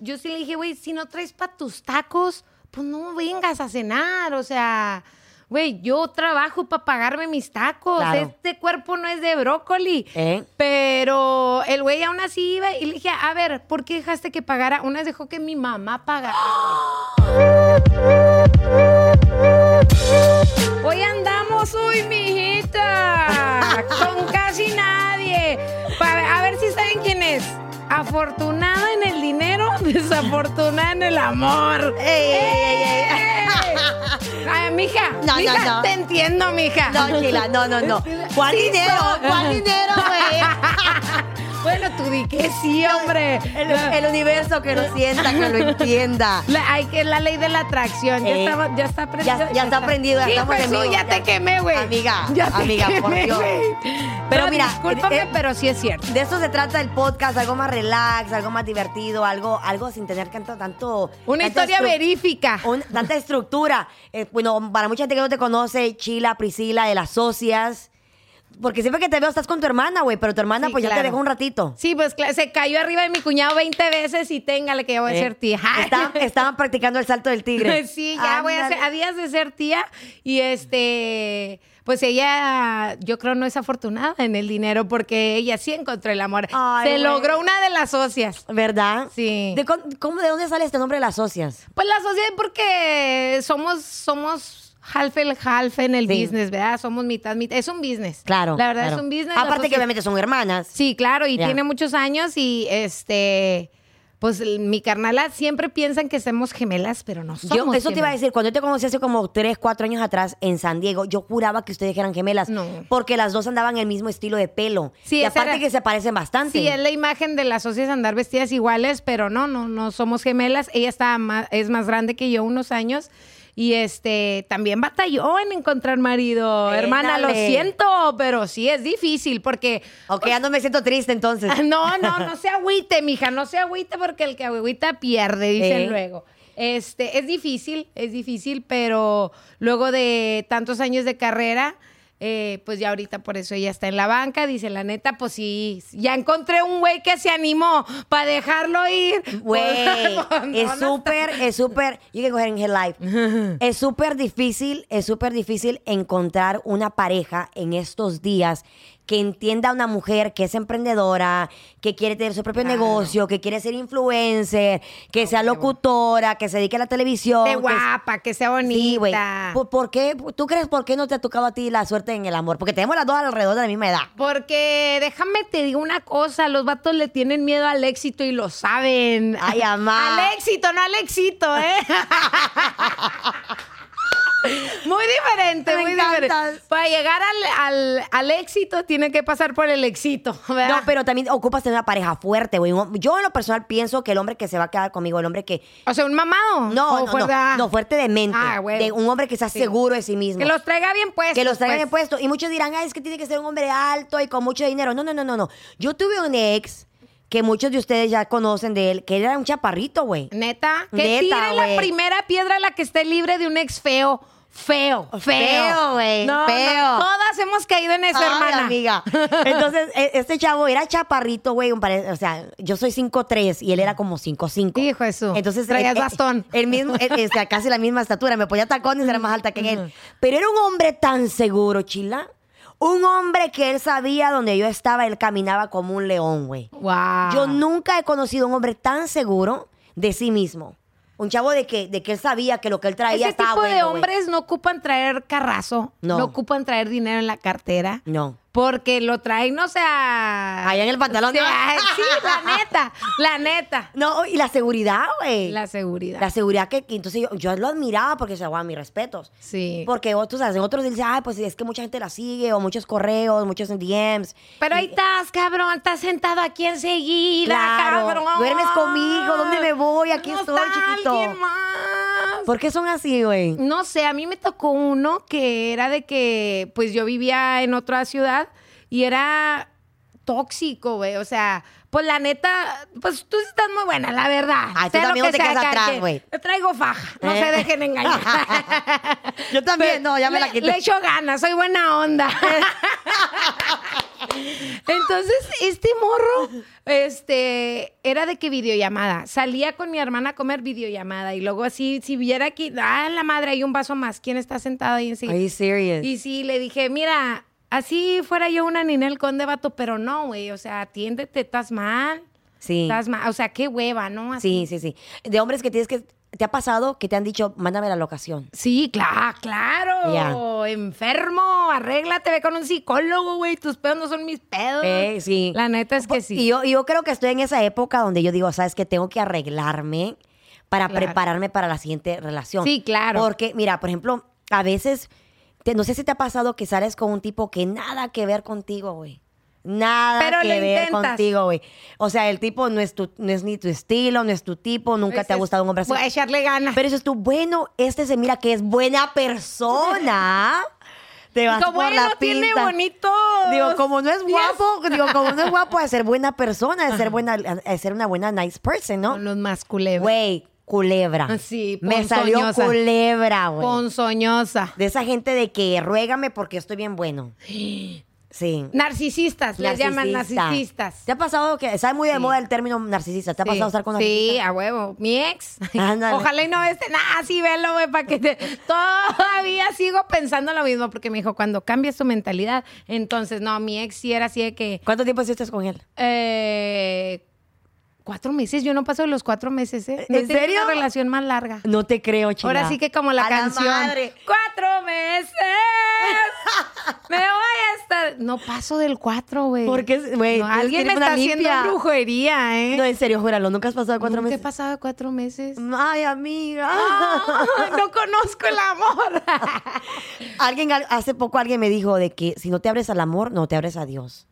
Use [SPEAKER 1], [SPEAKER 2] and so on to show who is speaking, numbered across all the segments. [SPEAKER 1] yo sí le dije, güey, si no traes para tus tacos, pues no vengas a cenar, o sea, güey, yo trabajo para pagarme mis tacos,
[SPEAKER 2] Claro.
[SPEAKER 1] este cuerpo no es de brócoli.
[SPEAKER 2] ¿Eh?
[SPEAKER 1] Pero el güey aún así iba y le dije, a ver, ¿por qué dejaste que pagara? Una vez dejó que mi mamá pagara. Hoy andamos, uy, mijita, con casi nadie. Para- a ver si saben quién es. Afortunada en el dinero, desafortunada en el amor.
[SPEAKER 2] Ey, ey, ey, ey.
[SPEAKER 1] ¡Ey! Ay, mija,
[SPEAKER 2] No, no,
[SPEAKER 1] mija,
[SPEAKER 2] no.
[SPEAKER 1] te entiendo, mija.
[SPEAKER 2] No, Chila, no, no, no. ¿Cuál
[SPEAKER 1] Sí,
[SPEAKER 2] dinero?
[SPEAKER 1] son.
[SPEAKER 2] ¿Cuál dinero, güey?
[SPEAKER 1] Bueno, tú di que sí, hombre.
[SPEAKER 2] El, el universo que lo sienta, que lo entienda.
[SPEAKER 1] La- hay que la ley de la atracción. Ya,
[SPEAKER 2] Eh,
[SPEAKER 1] estaba, ya está aprendido.
[SPEAKER 2] ya- ya está aprendido, ya
[SPEAKER 1] Sí,
[SPEAKER 2] estamos
[SPEAKER 1] pues,
[SPEAKER 2] en
[SPEAKER 1] sí,
[SPEAKER 2] vivo,
[SPEAKER 1] ya,
[SPEAKER 2] ya.
[SPEAKER 1] te quemé, güey.
[SPEAKER 2] Amiga,
[SPEAKER 1] Ya te
[SPEAKER 2] amiga, por
[SPEAKER 1] quemé,
[SPEAKER 2] Dios.
[SPEAKER 1] güey.
[SPEAKER 2] Pero
[SPEAKER 1] No,
[SPEAKER 2] mira,
[SPEAKER 1] Discúlpame,
[SPEAKER 2] eh,
[SPEAKER 1] pero sí es cierto.
[SPEAKER 2] De eso se trata el podcast, algo más relax, algo más divertido, algo, algo sin tener tanto, tanto.
[SPEAKER 1] Una
[SPEAKER 2] tanta
[SPEAKER 1] historia
[SPEAKER 2] estru-
[SPEAKER 1] verífica.
[SPEAKER 2] un- tanta estructura. Eh, bueno, para mucha gente que no te conoce, Chila, Priscila, de las socias. Porque siempre que te veo estás con tu hermana, güey, pero tu hermana
[SPEAKER 1] Sí,
[SPEAKER 2] pues ya
[SPEAKER 1] claro.
[SPEAKER 2] te dejó un ratito.
[SPEAKER 1] Sí, pues cla- se cayó arriba de mi cuñado 20 veces y téngale que yo voy a
[SPEAKER 2] Eh,
[SPEAKER 1] ser tía.
[SPEAKER 2] Estaban, estaban practicando el salto del tigre.
[SPEAKER 1] Sí, ya voy a, ser, a
[SPEAKER 2] Ándale.
[SPEAKER 1] días de ser tía. Y este, pues ella, yo creo no es afortunada en el dinero porque ella sí encontró el amor.
[SPEAKER 2] Ay,
[SPEAKER 1] Se
[SPEAKER 2] güey.
[SPEAKER 1] logró una de las socias.
[SPEAKER 2] ¿Verdad?
[SPEAKER 1] Sí.
[SPEAKER 2] ¿De, con- cómo, ¿De dónde sale este nombre de las socias?
[SPEAKER 1] Pues la sociedad porque somos, somos half el half en el
[SPEAKER 2] Sí.
[SPEAKER 1] business, ¿verdad? Somos mitad, mitad. Es un business.
[SPEAKER 2] Claro.
[SPEAKER 1] La verdad
[SPEAKER 2] claro.
[SPEAKER 1] es un business. la
[SPEAKER 2] Aparte que
[SPEAKER 1] socia-
[SPEAKER 2] obviamente son hermanas.
[SPEAKER 1] Sí, claro, y
[SPEAKER 2] Ya.
[SPEAKER 1] tiene muchos años y este. Pues l- mi carnala siempre piensan que somos gemelas, pero no somos.
[SPEAKER 2] Yo, eso te iba a
[SPEAKER 1] gemelas.
[SPEAKER 2] decir, cuando yo te conocí hace como 3, 4 años atrás en San Diego, yo juraba que ustedes eran gemelas.
[SPEAKER 1] No.
[SPEAKER 2] Porque las dos andaban el mismo estilo de pelo.
[SPEAKER 1] Sí,
[SPEAKER 2] y
[SPEAKER 1] esa
[SPEAKER 2] aparte
[SPEAKER 1] era-
[SPEAKER 2] que se parecen bastante.
[SPEAKER 1] Sí, es la imagen de las socias andar vestidas iguales, pero no, no, no somos gemelas. Ella está más, es más grande que yo unos años. Y este también batalló en encontrar marido. Hermana, lo
[SPEAKER 2] Éndale.
[SPEAKER 1] siento, pero sí es difícil porque
[SPEAKER 2] Ok, ya no me siento triste entonces.
[SPEAKER 1] Ah, No, no, no se agüite, mija, no se agüite porque el que agüita pierde, dicen
[SPEAKER 2] Eh.
[SPEAKER 1] luego. Este, es difícil, es difícil, pero luego de tantos años de carrera, eh, pues ya ahorita por eso ella está en la banca, dice la neta, pues sí, ya encontré un güey que se animó para dejarlo ir.
[SPEAKER 2] Güey,
[SPEAKER 1] Pues, no,
[SPEAKER 2] es
[SPEAKER 1] no
[SPEAKER 2] súper, es súper, yo que coger en Hell Life. Es súper difícil, es súper difícil encontrar una pareja en estos días que entienda a una mujer que es emprendedora, que quiere tener su propio
[SPEAKER 1] Claro.
[SPEAKER 2] negocio, que quiere ser influencer, que sea locutora, que se dedique a la televisión.
[SPEAKER 1] esté
[SPEAKER 2] que-
[SPEAKER 1] guapa, que sea bonita.
[SPEAKER 2] Sí, güey. ¿Por, por qué? ¿Tú crees por qué no te ha tocado a ti la suerte en el amor? Porque tenemos las dos alrededor de la misma edad.
[SPEAKER 1] Porque déjame te digo una cosa, los vatos le tienen miedo al éxito y lo saben.
[SPEAKER 2] Ay, amá.
[SPEAKER 1] Al éxito, no al éxito, ¿eh? muy diferente,
[SPEAKER 2] Me
[SPEAKER 1] muy
[SPEAKER 2] encantas.
[SPEAKER 1] diferente. Para llegar al, al- al éxito tiene que pasar por el éxito, ¿verdad?
[SPEAKER 2] No, pero también ocupas tener una pareja fuerte, güey. Un hom- Yo en lo personal pienso que el hombre que se va a quedar conmigo, el hombre que...
[SPEAKER 1] o sea, un mamado.
[SPEAKER 2] No,
[SPEAKER 1] ¿O
[SPEAKER 2] no,
[SPEAKER 1] Oh, fuerte?
[SPEAKER 2] no, no, fuerte de mente.
[SPEAKER 1] Ah, güey.
[SPEAKER 2] de un hombre que sea
[SPEAKER 1] Sí.
[SPEAKER 2] seguro de sí mismo.
[SPEAKER 1] Que los traiga bien puestos.
[SPEAKER 2] Que los traiga
[SPEAKER 1] pues.
[SPEAKER 2] bien puesto. Y muchos dirán, "Ay, es que tiene que ser un hombre alto y con mucho dinero. No, no, no, no, no. Yo tuve un ex que muchos de ustedes ya conocen de él, que era un chaparrito, güey.
[SPEAKER 1] Neta, que
[SPEAKER 2] Neta,
[SPEAKER 1] tire la
[SPEAKER 2] güey.
[SPEAKER 1] primera piedra a la que esté libre de un ex feo. Feo, feo.
[SPEAKER 2] Feo, güey,
[SPEAKER 1] No, no,
[SPEAKER 2] feo.
[SPEAKER 1] todas hemos caído en eso,
[SPEAKER 2] Ay,
[SPEAKER 1] hermana.
[SPEAKER 2] amiga. Entonces, e- este chavo era chaparrito, güey. un pare- O sea, yo soy 5'3 y él era como 5'5.
[SPEAKER 1] Hijo de su.
[SPEAKER 2] Entonces,
[SPEAKER 1] Traías
[SPEAKER 2] eh, eh,
[SPEAKER 1] bastón.
[SPEAKER 2] El mismo, eh, o sea, casi la misma estatura. Me ponía tacones, era más alta que él. Pero era un hombre tan seguro, chila. Un hombre que él sabía donde yo estaba, él caminaba como un león, güey.
[SPEAKER 1] Wow.
[SPEAKER 2] Yo nunca he conocido un hombre tan seguro de sí mismo. Un chavo de que, de que él sabía que lo que él traía
[SPEAKER 1] Ese
[SPEAKER 2] estaba
[SPEAKER 1] tipo de
[SPEAKER 2] bueno, güey.
[SPEAKER 1] hombres no ocupan traer carrazo, no.
[SPEAKER 2] No.
[SPEAKER 1] ocupan traer dinero en la cartera.
[SPEAKER 2] No.
[SPEAKER 1] Porque lo traen, o sea.
[SPEAKER 2] Allá en el pantalón,
[SPEAKER 1] o
[SPEAKER 2] ¿no?
[SPEAKER 1] sea, Sí, la neta. La neta.
[SPEAKER 2] No, y la seguridad, güey.
[SPEAKER 1] La seguridad.
[SPEAKER 2] La seguridad que, que entonces yo, yo lo admiraba porque decía, guau, mis respetos.
[SPEAKER 1] Sí.
[SPEAKER 2] Porque otros, hacen otros dicen, ay, pues es que mucha gente la sigue, o muchos correos, muchos DMs.
[SPEAKER 1] Pero ahí estás, cabrón. Estás sentado aquí enseguida,
[SPEAKER 2] Claro.
[SPEAKER 1] cabrón.
[SPEAKER 2] Duermes conmigo, ¿dónde me voy? Aquí
[SPEAKER 1] ¿No
[SPEAKER 2] estoy,
[SPEAKER 1] está
[SPEAKER 2] chiquito.
[SPEAKER 1] alguien más?
[SPEAKER 2] ¿Por qué son así, güey?
[SPEAKER 1] No sé, a mí me tocó uno que era de que, pues yo vivía en otra ciudad y era tóxico, güey. O sea, pues la neta, pues tú sí estás muy buena, la verdad.
[SPEAKER 2] Ay, tú
[SPEAKER 1] Sea lo
[SPEAKER 2] también
[SPEAKER 1] que
[SPEAKER 2] no te
[SPEAKER 1] sea
[SPEAKER 2] quedas
[SPEAKER 1] cada
[SPEAKER 2] atrás,
[SPEAKER 1] quien.
[SPEAKER 2] güey.
[SPEAKER 1] Yo traigo faja, no
[SPEAKER 2] Eh.
[SPEAKER 1] se dejen engañar.
[SPEAKER 2] Yo también, no, ya me
[SPEAKER 1] Le-
[SPEAKER 2] la quité.
[SPEAKER 1] Le echo ganas, soy buena onda. Entonces, este morro, este, era de que videollamada. Salía con mi hermana a comer videollamada y luego así, si viera aquí, ah, la madre, hay un vaso más. ¿Quién está sentado ahí
[SPEAKER 2] Are
[SPEAKER 1] enseguida?
[SPEAKER 2] you serious?
[SPEAKER 1] Y sí, le dije, mira, así fuera yo una Ninel Conde vato, pero no, güey, o sea, atiéndete, estás mal.
[SPEAKER 2] Sí.
[SPEAKER 1] Estás mal, o sea, qué hueva, ¿no? Así.
[SPEAKER 2] Sí, sí, sí. De hombres que tienes que. ¿Te ha pasado que te han dicho, mándame la locación?
[SPEAKER 1] Sí, claro, claro.
[SPEAKER 2] Ya.
[SPEAKER 1] Enfermo, arréglate, ve con un psicólogo, güey. Tus pedos no son mis pedos.
[SPEAKER 2] Eh, sí.
[SPEAKER 1] La neta es que
[SPEAKER 2] Y
[SPEAKER 1] sí.
[SPEAKER 2] yo, y yo creo que estoy en esa época donde yo digo, ¿sabes que Tengo que arreglarme para
[SPEAKER 1] Claro.
[SPEAKER 2] prepararme para la siguiente relación.
[SPEAKER 1] Sí, claro.
[SPEAKER 2] Porque, mira, por ejemplo, a veces, te- no sé si te ha pasado que sales con un tipo que nada que ver contigo, güey. Nada
[SPEAKER 1] Pero
[SPEAKER 2] que
[SPEAKER 1] lo
[SPEAKER 2] ver
[SPEAKER 1] intentas.
[SPEAKER 2] contigo, güey. O sea, el tipo no es, tu, no es ni tu estilo, no es tu tipo, nunca te ha
[SPEAKER 1] Dices,
[SPEAKER 2] gustado un hombre así.
[SPEAKER 1] Voy a echarle ganas.
[SPEAKER 2] Pero eso es tú, bueno, este se mira que es buena persona. Te vas
[SPEAKER 1] Como
[SPEAKER 2] por
[SPEAKER 1] él
[SPEAKER 2] la
[SPEAKER 1] no tiene
[SPEAKER 2] pinta.
[SPEAKER 1] bonitos
[SPEAKER 2] Digo, como no es
[SPEAKER 1] pies.
[SPEAKER 2] guapo, digo, como no es guapo, de ser buena persona, de ser buena, de ser una buena nice person, ¿no?
[SPEAKER 1] Con los más culebros.
[SPEAKER 2] Güey, culebra.
[SPEAKER 1] Ah, sí,
[SPEAKER 2] Me salió
[SPEAKER 1] ponzoñosa.
[SPEAKER 2] culebra, güey.
[SPEAKER 1] Ponzoñosa.
[SPEAKER 2] De esa gente de que ruégame porque estoy bien bueno. Sí.
[SPEAKER 1] Narcisistas, les llaman
[SPEAKER 2] Narcisista.
[SPEAKER 1] narcisistas.
[SPEAKER 2] ¿Te ha pasado que está muy de
[SPEAKER 1] Sí.
[SPEAKER 2] moda el término narcisista? ¿Te ha
[SPEAKER 1] Sí,
[SPEAKER 2] pasado estar con
[SPEAKER 1] Sí,
[SPEAKER 2] narcisista?
[SPEAKER 1] a huevo. Mi ex.
[SPEAKER 2] Ándale.
[SPEAKER 1] Ojalá y no esté. Nah, sí, velo, güey, para que te... Todavía sigo pensando lo mismo, porque me dijo, cuando cambies tu mentalidad, entonces, no, mi ex sí era así de que...
[SPEAKER 2] ¿Cuánto tiempo estás con él?
[SPEAKER 1] eh, cuatro meses, yo no paso de los cuatro meses, ¿eh? No he
[SPEAKER 2] ¿En
[SPEAKER 1] tenido
[SPEAKER 2] serio?
[SPEAKER 1] Una relación más larga.
[SPEAKER 2] No te creo, chica.
[SPEAKER 1] Ahora sí que como la
[SPEAKER 2] A
[SPEAKER 1] canción.
[SPEAKER 2] madre.
[SPEAKER 1] Cuatro meses. Me voy a estar. No paso del cuatro, güey.
[SPEAKER 2] Porque, güey,
[SPEAKER 1] No,
[SPEAKER 2] tienes
[SPEAKER 1] alguien
[SPEAKER 2] que
[SPEAKER 1] me
[SPEAKER 2] irme a
[SPEAKER 1] está
[SPEAKER 2] una limpia.
[SPEAKER 1] haciendo brujería, ¿eh?
[SPEAKER 2] No, en serio, júralo, nunca has pasado cuatro
[SPEAKER 1] Nunca he
[SPEAKER 2] meses. Mm.
[SPEAKER 1] pasado de cuatro meses.
[SPEAKER 2] Ay, amiga.
[SPEAKER 1] Ah, no conozco el amor.
[SPEAKER 2] Alguien, al- hace poco alguien me dijo de que si no te abres al amor, no te abres a Dios.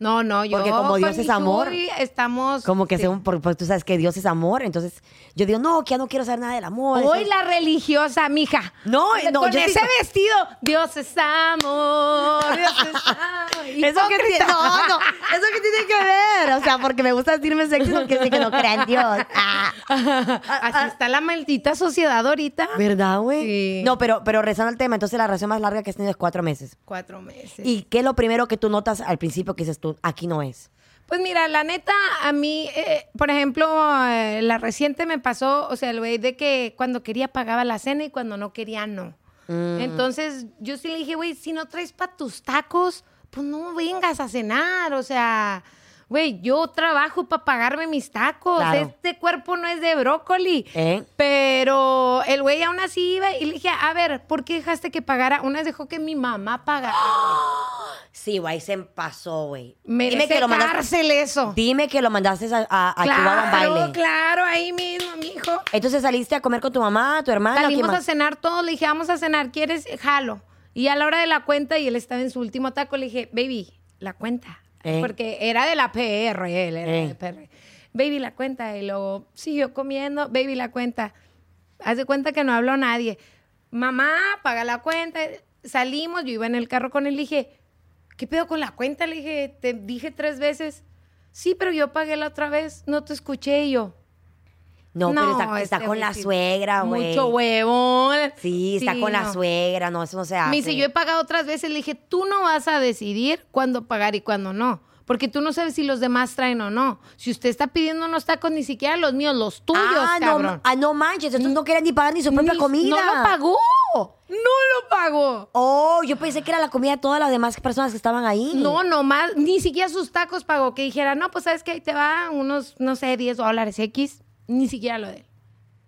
[SPEAKER 1] No, no, yo.
[SPEAKER 2] Porque como
[SPEAKER 1] con
[SPEAKER 2] Dios
[SPEAKER 1] mi
[SPEAKER 2] es amor,
[SPEAKER 1] Chuy estamos.
[SPEAKER 2] Como que
[SPEAKER 1] sí.
[SPEAKER 2] según, por- pues tú sabes que Dios es amor, entonces yo digo, no, que ya no quiero saber nada del amor.
[SPEAKER 1] Hoy
[SPEAKER 2] Eso-
[SPEAKER 1] la religiosa, mija.
[SPEAKER 2] No, no,
[SPEAKER 1] Con
[SPEAKER 2] yo sí-
[SPEAKER 1] ese vestido. Dios es amor. Dios es amor.
[SPEAKER 2] Eso que tiene,
[SPEAKER 1] Hipócrita.
[SPEAKER 2] no, no, eso que tiene que ver, o sea, porque me gusta decirme sexy porque sé que no crean Dios. Ah.
[SPEAKER 1] Así está la maldita sociedad ahorita.
[SPEAKER 2] ¿Verdad, güey?
[SPEAKER 1] Sí.
[SPEAKER 2] No, pero, pero rezando al tema, entonces la relación más larga que has tenido es cuatro meses.
[SPEAKER 1] Cuatro meses.
[SPEAKER 2] ¿Y qué es lo primero que tú notas al principio que dices tú, aquí no es?
[SPEAKER 1] Pues mira, la neta, a mí, eh, por ejemplo, eh, la reciente me pasó, o sea, el güey de que cuando quería pagaba la cena y cuando no quería, no. Entonces, yo sí le dije, güey, si no traes para tus tacos, pues no vengas a cenar, o sea, güey, yo trabajo para pagarme mis tacos,
[SPEAKER 2] Claro.
[SPEAKER 1] este cuerpo no es de brócoli.
[SPEAKER 2] ¿Eh?
[SPEAKER 1] Pero el güey aún así iba y le dije, a ver, ¿por qué dejaste que pagara? Una vez dejó que mi mamá pagara.
[SPEAKER 2] Sí, güey, se pasó, güey.
[SPEAKER 1] Merece cárcel eso.
[SPEAKER 2] Dime que lo mandaste a, a, a Chihuahua a un baile.
[SPEAKER 1] claro, ahí mismo, mijo.
[SPEAKER 2] Entonces saliste a comer con tu mamá, tu hermana, ¿o quién
[SPEAKER 1] Salimos a
[SPEAKER 2] Ah, más?
[SPEAKER 1] cenar todos, le dije, vamos a cenar, ¿quieres? Jalo. Y a la hora de la cuenta, y él estaba en su último taco, le dije, baby, la cuenta.
[SPEAKER 2] Eh.
[SPEAKER 1] Porque era de la PR, él era
[SPEAKER 2] Eh.
[SPEAKER 1] de PR. Baby, la cuenta. Y luego siguió comiendo, baby, la cuenta. Haz de cuenta que no habló nadie. Mamá, paga la cuenta. Salimos, yo iba en el carro con él, le dije, ¿qué pedo con la cuenta? Le dije, te dije tres veces. Sí, pero yo pagué la otra vez, no te escuché y yo.
[SPEAKER 2] No, pero está, está
[SPEAKER 1] este
[SPEAKER 2] con
[SPEAKER 1] güey
[SPEAKER 2] la
[SPEAKER 1] sí.
[SPEAKER 2] suegra, Ah, güey.
[SPEAKER 1] Mucho huevón.
[SPEAKER 2] Sí, está con la
[SPEAKER 1] no.
[SPEAKER 2] suegra, no, eso no se hace.
[SPEAKER 1] Me dice, yo he pagado otras veces. Le dije, tú no vas a decidir cuándo pagar y cuándo no. Porque tú no sabes si los demás traen o no. Si usted está pidiendo unos tacos, ni siquiera los míos, los tuyos,
[SPEAKER 2] ah, no,
[SPEAKER 1] cabrón.
[SPEAKER 2] ah, no manches, entonces no querían ni pagar ni su propia
[SPEAKER 1] Ni- No
[SPEAKER 2] comida.
[SPEAKER 1] lo pagó. No lo pagó.
[SPEAKER 2] Oh, yo pensé que era la comida de todas las demás personas que estaban ahí.
[SPEAKER 1] No, nomás, ni siquiera sus tacos pagó. Que dijera, no, pues sabes que ahí te va unos, no sé, 10 dólares X. Ni siquiera lo de él.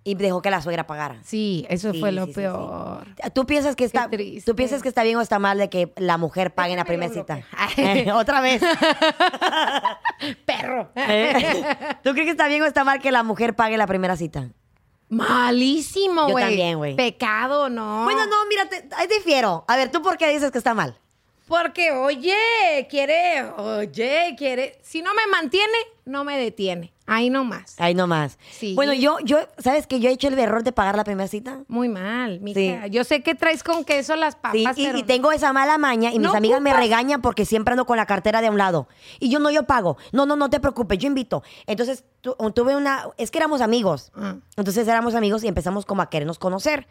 [SPEAKER 2] Y dejó que la suegra pagara.
[SPEAKER 1] Sí, eso
[SPEAKER 2] Sí,
[SPEAKER 1] fue lo
[SPEAKER 2] sí, sí, sí.
[SPEAKER 1] peor.
[SPEAKER 2] ¿Tú piensas que está
[SPEAKER 1] triste.
[SPEAKER 2] tú piensas que está bien o está mal de que la mujer pague en la primera
[SPEAKER 1] Déjame yo
[SPEAKER 2] cita?
[SPEAKER 1] bloquear.
[SPEAKER 2] Otra vez.
[SPEAKER 1] Perro.
[SPEAKER 2] ¿Eh? ¿Tú crees que está bien o está mal que la mujer pague la primera cita?
[SPEAKER 1] Malísimo,
[SPEAKER 2] Yo
[SPEAKER 1] güey.
[SPEAKER 2] también, güey.
[SPEAKER 1] Pecado, no.
[SPEAKER 2] Bueno, no, mira, te, ahí difiero. A ver, ¿tú por qué dices que está mal?
[SPEAKER 1] Porque, oye, quiere, oye, quiere. Si no me mantiene, no me detiene. Ahí nomás.
[SPEAKER 2] Ahí nomás.
[SPEAKER 1] Sí.
[SPEAKER 2] Bueno, yo, yo, ¿sabes que yo he hecho el error de pagar la primera cita?
[SPEAKER 1] Muy mal, mija. Yo sé que traes con queso las
[SPEAKER 2] Sí,
[SPEAKER 1] papas,
[SPEAKER 2] y,
[SPEAKER 1] pero
[SPEAKER 2] y tengo esa mala maña y mis
[SPEAKER 1] Ah, No
[SPEAKER 2] amigas me
[SPEAKER 1] ocupas.
[SPEAKER 2] regañan porque siempre ando con la cartera de un lado. Y yo no, yo pago. No, no, no te preocupes, yo invito. Entonces tu- tuve una, es que éramos amigos.
[SPEAKER 1] Ah.
[SPEAKER 2] Entonces éramos amigos y empezamos como a querernos conocer.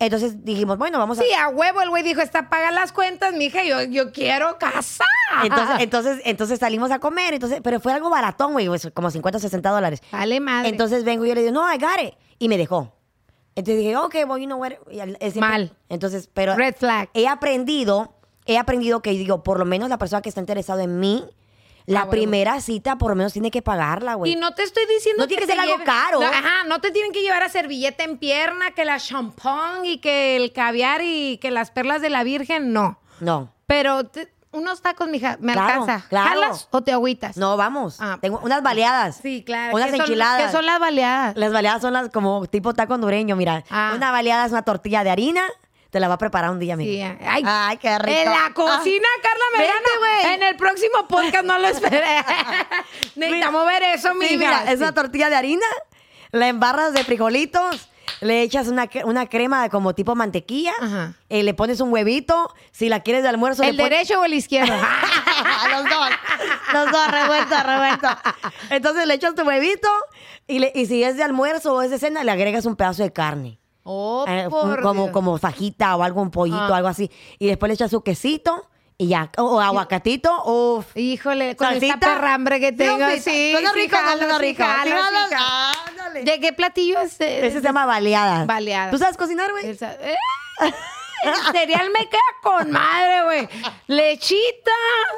[SPEAKER 2] Entonces dijimos, bueno, vamos a...
[SPEAKER 1] Sí, a huevo el güey dijo, está, paga las cuentas, mija, yo, yo quiero casa.
[SPEAKER 2] Entonces, entonces, entonces salimos a comer, entonces, pero fue algo baratón, güey, pues, como 50 o 60 dólares.
[SPEAKER 1] Vale, madre.
[SPEAKER 2] Entonces vengo y yo le digo, no, I got it. Y me dejó. Entonces dije, ok, well, you know what. y al- él siempre-
[SPEAKER 1] Mal.
[SPEAKER 2] Entonces, pero
[SPEAKER 1] Red flag.
[SPEAKER 2] he aprendido, he aprendido que digo, por lo menos la persona que está interesada en mí, la
[SPEAKER 1] Ah, bueno.
[SPEAKER 2] primera cita por lo menos tiene que pagarla, güey.
[SPEAKER 1] Y no te estoy diciendo
[SPEAKER 2] No tiene que
[SPEAKER 1] te
[SPEAKER 2] ser algo
[SPEAKER 1] lleve-
[SPEAKER 2] caro.
[SPEAKER 1] No, ajá, no te tienen que llevar a servilleta en pierna, que la champán y que el caviar y que las perlas de la Virgen, no.
[SPEAKER 2] No.
[SPEAKER 1] Pero te- unos tacos, mija, me
[SPEAKER 2] Claro,
[SPEAKER 1] alcanza.
[SPEAKER 2] claro.
[SPEAKER 1] ¿Jalas o te agüitas?
[SPEAKER 2] No, vamos.
[SPEAKER 1] Ah.
[SPEAKER 2] Tengo unas baleadas.
[SPEAKER 1] Sí, claro.
[SPEAKER 2] Unas
[SPEAKER 1] ¿Qué son-
[SPEAKER 2] enchiladas.
[SPEAKER 1] ¿Qué son las baleadas?
[SPEAKER 2] Las baleadas son las como tipo taco hondureño, mira.
[SPEAKER 1] Ah.
[SPEAKER 2] Una baleada es una tortilla de harina. Te la va a preparar un día, mira.
[SPEAKER 1] Sí, ah, ay,
[SPEAKER 2] qué rico.
[SPEAKER 1] En la cocina,
[SPEAKER 2] Ah.
[SPEAKER 1] Carla
[SPEAKER 2] Vete,
[SPEAKER 1] Medrano.
[SPEAKER 2] güey.
[SPEAKER 1] En el próximo podcast no lo esperé. Necesitamos ver eso, mija.
[SPEAKER 2] Sí, mira, es
[SPEAKER 1] Sí.
[SPEAKER 2] una tortilla de harina, la embarras de frijolitos, le echas una, cre- una crema como tipo mantequilla,
[SPEAKER 1] Ajá.
[SPEAKER 2] eh, le pones un huevito, si la quieres de almuerzo,
[SPEAKER 1] ¿El
[SPEAKER 2] le pones- Ah,
[SPEAKER 1] derecho o el izquierdo?
[SPEAKER 2] los dos, los dos, revuelto, revuelto. Entonces le echas tu huevito y, le- y si es de almuerzo o es de cena, le agregas un pedazo de carne.
[SPEAKER 1] Oh,
[SPEAKER 2] Eh,
[SPEAKER 1] por
[SPEAKER 2] un- como,
[SPEAKER 1] Dios.
[SPEAKER 2] como fajita o algo, un pollito,
[SPEAKER 1] Ah.
[SPEAKER 2] algo así. Y después le echas su quesito y ya. O, o aguacatito, uff.
[SPEAKER 1] Híjole, con
[SPEAKER 2] Salsita.
[SPEAKER 1] esta perrambre que tengo. Sí,
[SPEAKER 2] Sofita. Suena
[SPEAKER 1] sí,
[SPEAKER 2] rico,
[SPEAKER 1] jalo,
[SPEAKER 2] suena
[SPEAKER 1] sí,
[SPEAKER 2] rico.
[SPEAKER 1] jalo,
[SPEAKER 2] Sí,
[SPEAKER 1] sí,
[SPEAKER 2] jalo.
[SPEAKER 1] jalo.
[SPEAKER 2] Ándale.
[SPEAKER 1] ¿De qué platillo es? eh,
[SPEAKER 2] Ese se llama baleadas.
[SPEAKER 1] Baleadas.
[SPEAKER 2] ¿Tú sabes cocinar, güey?
[SPEAKER 1] el sa- ¡Eh! El cereal me queda con madre, güey. Lechita,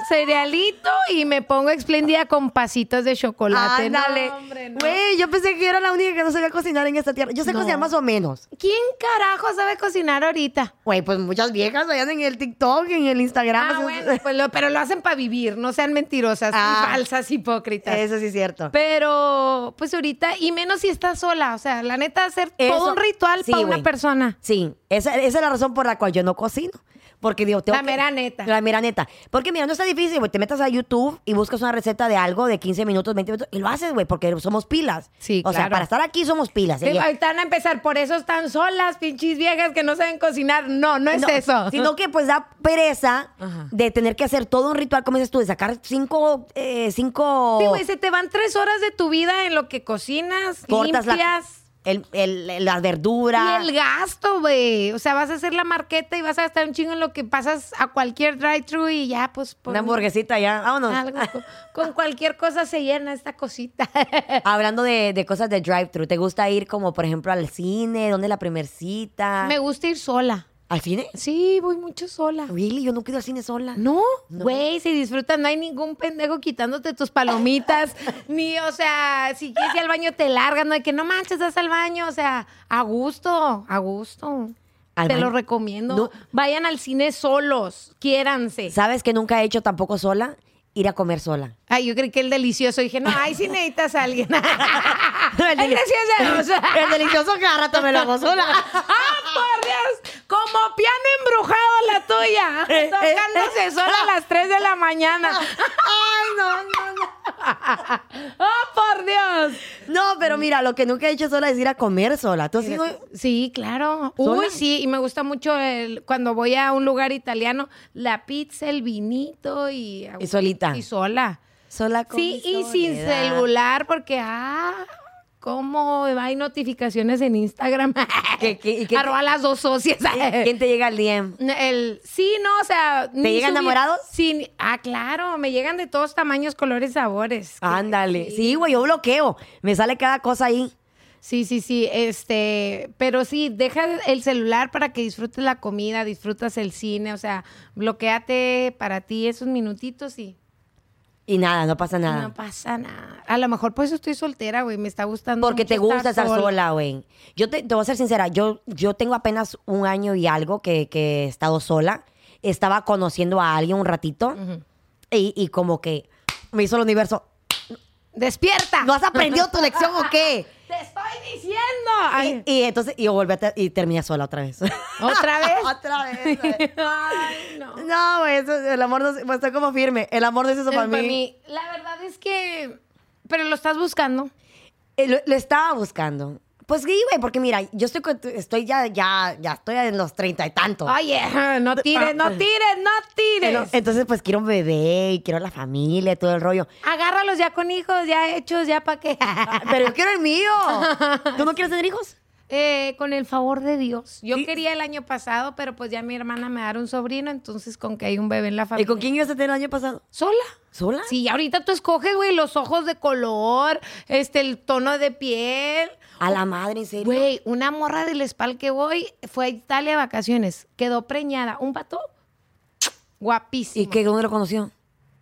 [SPEAKER 1] cerealito y me pongo espléndida con pasitos de chocolate. Ah, No,
[SPEAKER 2] Ah, Ándale.
[SPEAKER 1] hombre, no.
[SPEAKER 2] Güey, yo pensé que era la única que no sabía cocinar en esta tierra. Yo sé
[SPEAKER 1] No.
[SPEAKER 2] cocinar más o menos.
[SPEAKER 1] ¿Quién carajo sabe cocinar ahorita?
[SPEAKER 2] Güey, pues muchas viejas allá en el TikTok, en el Instagram.
[SPEAKER 1] Ah,
[SPEAKER 2] eso-
[SPEAKER 1] bueno, pues lo- pero lo hacen para vivir, no sean mentirosas, y
[SPEAKER 2] Ah.
[SPEAKER 1] falsas, hipócritas.
[SPEAKER 2] Eso sí es cierto.
[SPEAKER 1] Pero, pues ahorita, y menos si estás sola, o sea, la neta, hacer todo
[SPEAKER 2] Eso-
[SPEAKER 1] un ritual
[SPEAKER 2] sí,
[SPEAKER 1] para una
[SPEAKER 2] güey.
[SPEAKER 1] persona.
[SPEAKER 2] Sí, esa, esa es la razón por la cual yo no cocino. Porque digo, tengo
[SPEAKER 1] La
[SPEAKER 2] que-
[SPEAKER 1] mera neta.
[SPEAKER 2] La mera neta. Porque mira, no está difícil, güey. Te metas a YouTube y buscas una receta de algo de 15 minutos, 20 minutos y lo haces, güey, porque somos pilas.
[SPEAKER 1] Sí,
[SPEAKER 2] O sea,
[SPEAKER 1] claro.
[SPEAKER 2] para estar aquí somos pilas.
[SPEAKER 1] Sí,
[SPEAKER 2] ¿eh?
[SPEAKER 1] ahorita van a empezar por eso están solas, pinches viejas que no saben cocinar. No, no es
[SPEAKER 2] No,
[SPEAKER 1] eso.
[SPEAKER 2] Sino que pues da pereza
[SPEAKER 1] Ajá.
[SPEAKER 2] de tener que hacer todo un ritual, como dices tú, de sacar cinco, eh, cinco
[SPEAKER 1] Sí, güey, se te van tres horas de tu vida en lo que cocinas,
[SPEAKER 2] cortas la-
[SPEAKER 1] limpias.
[SPEAKER 2] el- el- las verduras.
[SPEAKER 1] Y el gasto, güey. O sea, vas a hacer la marqueta y vas a gastar un chingo en lo que pasas a cualquier drive-thru y ya, pues. por
[SPEAKER 2] Una hamburguesita ya. Vámonos.
[SPEAKER 1] algo, con, con cualquier cosa se llena esta cosita.
[SPEAKER 2] Hablando de, de cosas de drive-thru, ¿te gusta ir como, por ejemplo, al cine? ¿Dónde es la primer cita?
[SPEAKER 1] Me gusta ir sola.
[SPEAKER 2] ¿Al cine?
[SPEAKER 1] Sí, voy mucho sola.
[SPEAKER 2] Really, yo nunca he ido al cine sola.
[SPEAKER 1] No, güey, se disfruta, no hay ningún pendejo quitándote tus palomitas, ni, o sea, si quieres ir al baño te largas, no hay que, no manches, vas al baño, o sea, a gusto, a gusto.
[SPEAKER 2] Al
[SPEAKER 1] te
[SPEAKER 2] baño.
[SPEAKER 1] lo recomiendo.
[SPEAKER 2] No.
[SPEAKER 1] Vayan al cine solos, quiéranse.
[SPEAKER 2] ¿Sabes que nunca he hecho tampoco sola? Ir a comer sola.
[SPEAKER 1] Ay, yo creí que el delicioso, dije, no, ay, si necesitas a alguien.
[SPEAKER 2] El
[SPEAKER 1] el
[SPEAKER 2] deli-
[SPEAKER 1] delicioso.
[SPEAKER 2] El delicioso cada rato me lo hago sola.
[SPEAKER 1] ¡Ah, por Dios! Como piano embrujado la tuya. Tocándose sola a las 3 de la mañana.
[SPEAKER 2] Ay, no, no, no.
[SPEAKER 1] ¡Oh, por Dios!
[SPEAKER 2] No, pero mira, lo que nunca he hecho sola es ir a comer sola. Tú sí, no-
[SPEAKER 1] Sí, claro.
[SPEAKER 2] ¿Sola?
[SPEAKER 1] Uy, sí, y me gusta mucho el- cuando voy a un lugar italiano, la pizza, el vinito y...
[SPEAKER 2] Y solita.
[SPEAKER 1] Y sola.
[SPEAKER 2] sola con
[SPEAKER 1] Sí,
[SPEAKER 2] mi
[SPEAKER 1] y sin
[SPEAKER 2] soledad.
[SPEAKER 1] celular porque, ah, cómo hay notificaciones en Instagram.
[SPEAKER 2] ¿Qué- qué- y qué te-
[SPEAKER 1] Arroba las dos socias.
[SPEAKER 2] ¿Quién te llega al DM?
[SPEAKER 1] El, sí, no, o sea... ¿Te
[SPEAKER 2] llegan enamorados?
[SPEAKER 1] Sí, ah, claro, me llegan de todos tamaños, colores, sabores.
[SPEAKER 2] Ándale. Sí, güey, yo bloqueo. Me sale cada cosa ahí.
[SPEAKER 1] Sí, sí, sí, este, pero sí, deja el celular para que disfrutes la comida, disfrutas el cine, o sea, bloqueate para ti esos minutitos y
[SPEAKER 2] Y nada, no pasa nada.
[SPEAKER 1] no pasa nada. A lo mejor por eso estoy soltera, güey, me está gustando.
[SPEAKER 2] Porque
[SPEAKER 1] mucho
[SPEAKER 2] te gusta estar sola, güey. Yo te, te voy a ser sincera, yo, yo tengo apenas un año y algo que, que he estado sola. Estaba conociendo a alguien un ratito y, y como que me hizo el universo.
[SPEAKER 1] Despierta.
[SPEAKER 2] ¿No has aprendido tu lección o qué?
[SPEAKER 1] Te estoy diciendo. Ay,
[SPEAKER 2] Y, y entonces, y yo volví a ter- y terminé sola otra vez.
[SPEAKER 1] ¿Otra vez?
[SPEAKER 2] otra vez. güey.
[SPEAKER 1] Ay, no.
[SPEAKER 2] No, güey, eso- el amor no se- pues, está como firme. El amor no es eso para
[SPEAKER 1] Pero para
[SPEAKER 2] mí.
[SPEAKER 1] mí, La verdad es que, pero lo estás buscando.
[SPEAKER 2] Eh, Lo, lo estaba buscando. Pues sí, güey, porque mira, yo estoy, con- estoy ya, ya, ya estoy en los treinta y tantos.
[SPEAKER 1] Oye, no tires, no tires, no
[SPEAKER 2] Pero,
[SPEAKER 1] tires.
[SPEAKER 2] entonces, pues quiero un bebé y quiero la familia y todo el rollo.
[SPEAKER 1] Agárralos ya con hijos, ya hechos, ya para qué.
[SPEAKER 2] Ah, Pero yo quiero el mío. ¿Tú no quieres tener hijos?
[SPEAKER 1] eh, con el favor de Dios. Yo
[SPEAKER 2] ¿Y-
[SPEAKER 1] quería el año pasado, pero pues ya mi hermana me dará un sobrino, entonces con que hay un bebé en la
[SPEAKER 2] ¿Y
[SPEAKER 1] familia.
[SPEAKER 2] con quién ibas a tener el año pasado?
[SPEAKER 1] Sola.
[SPEAKER 2] ¿Sola?
[SPEAKER 1] Sí, y ahorita tú escoges, güey, los ojos de color, este, el tono de piel.
[SPEAKER 2] A la madre, en serio.
[SPEAKER 1] Güey, una morra del espal que voy fue a Italia de vacaciones, quedó preñada. Un pato guapísimo.
[SPEAKER 2] ¿Y qué? ¿Dónde lo conoció?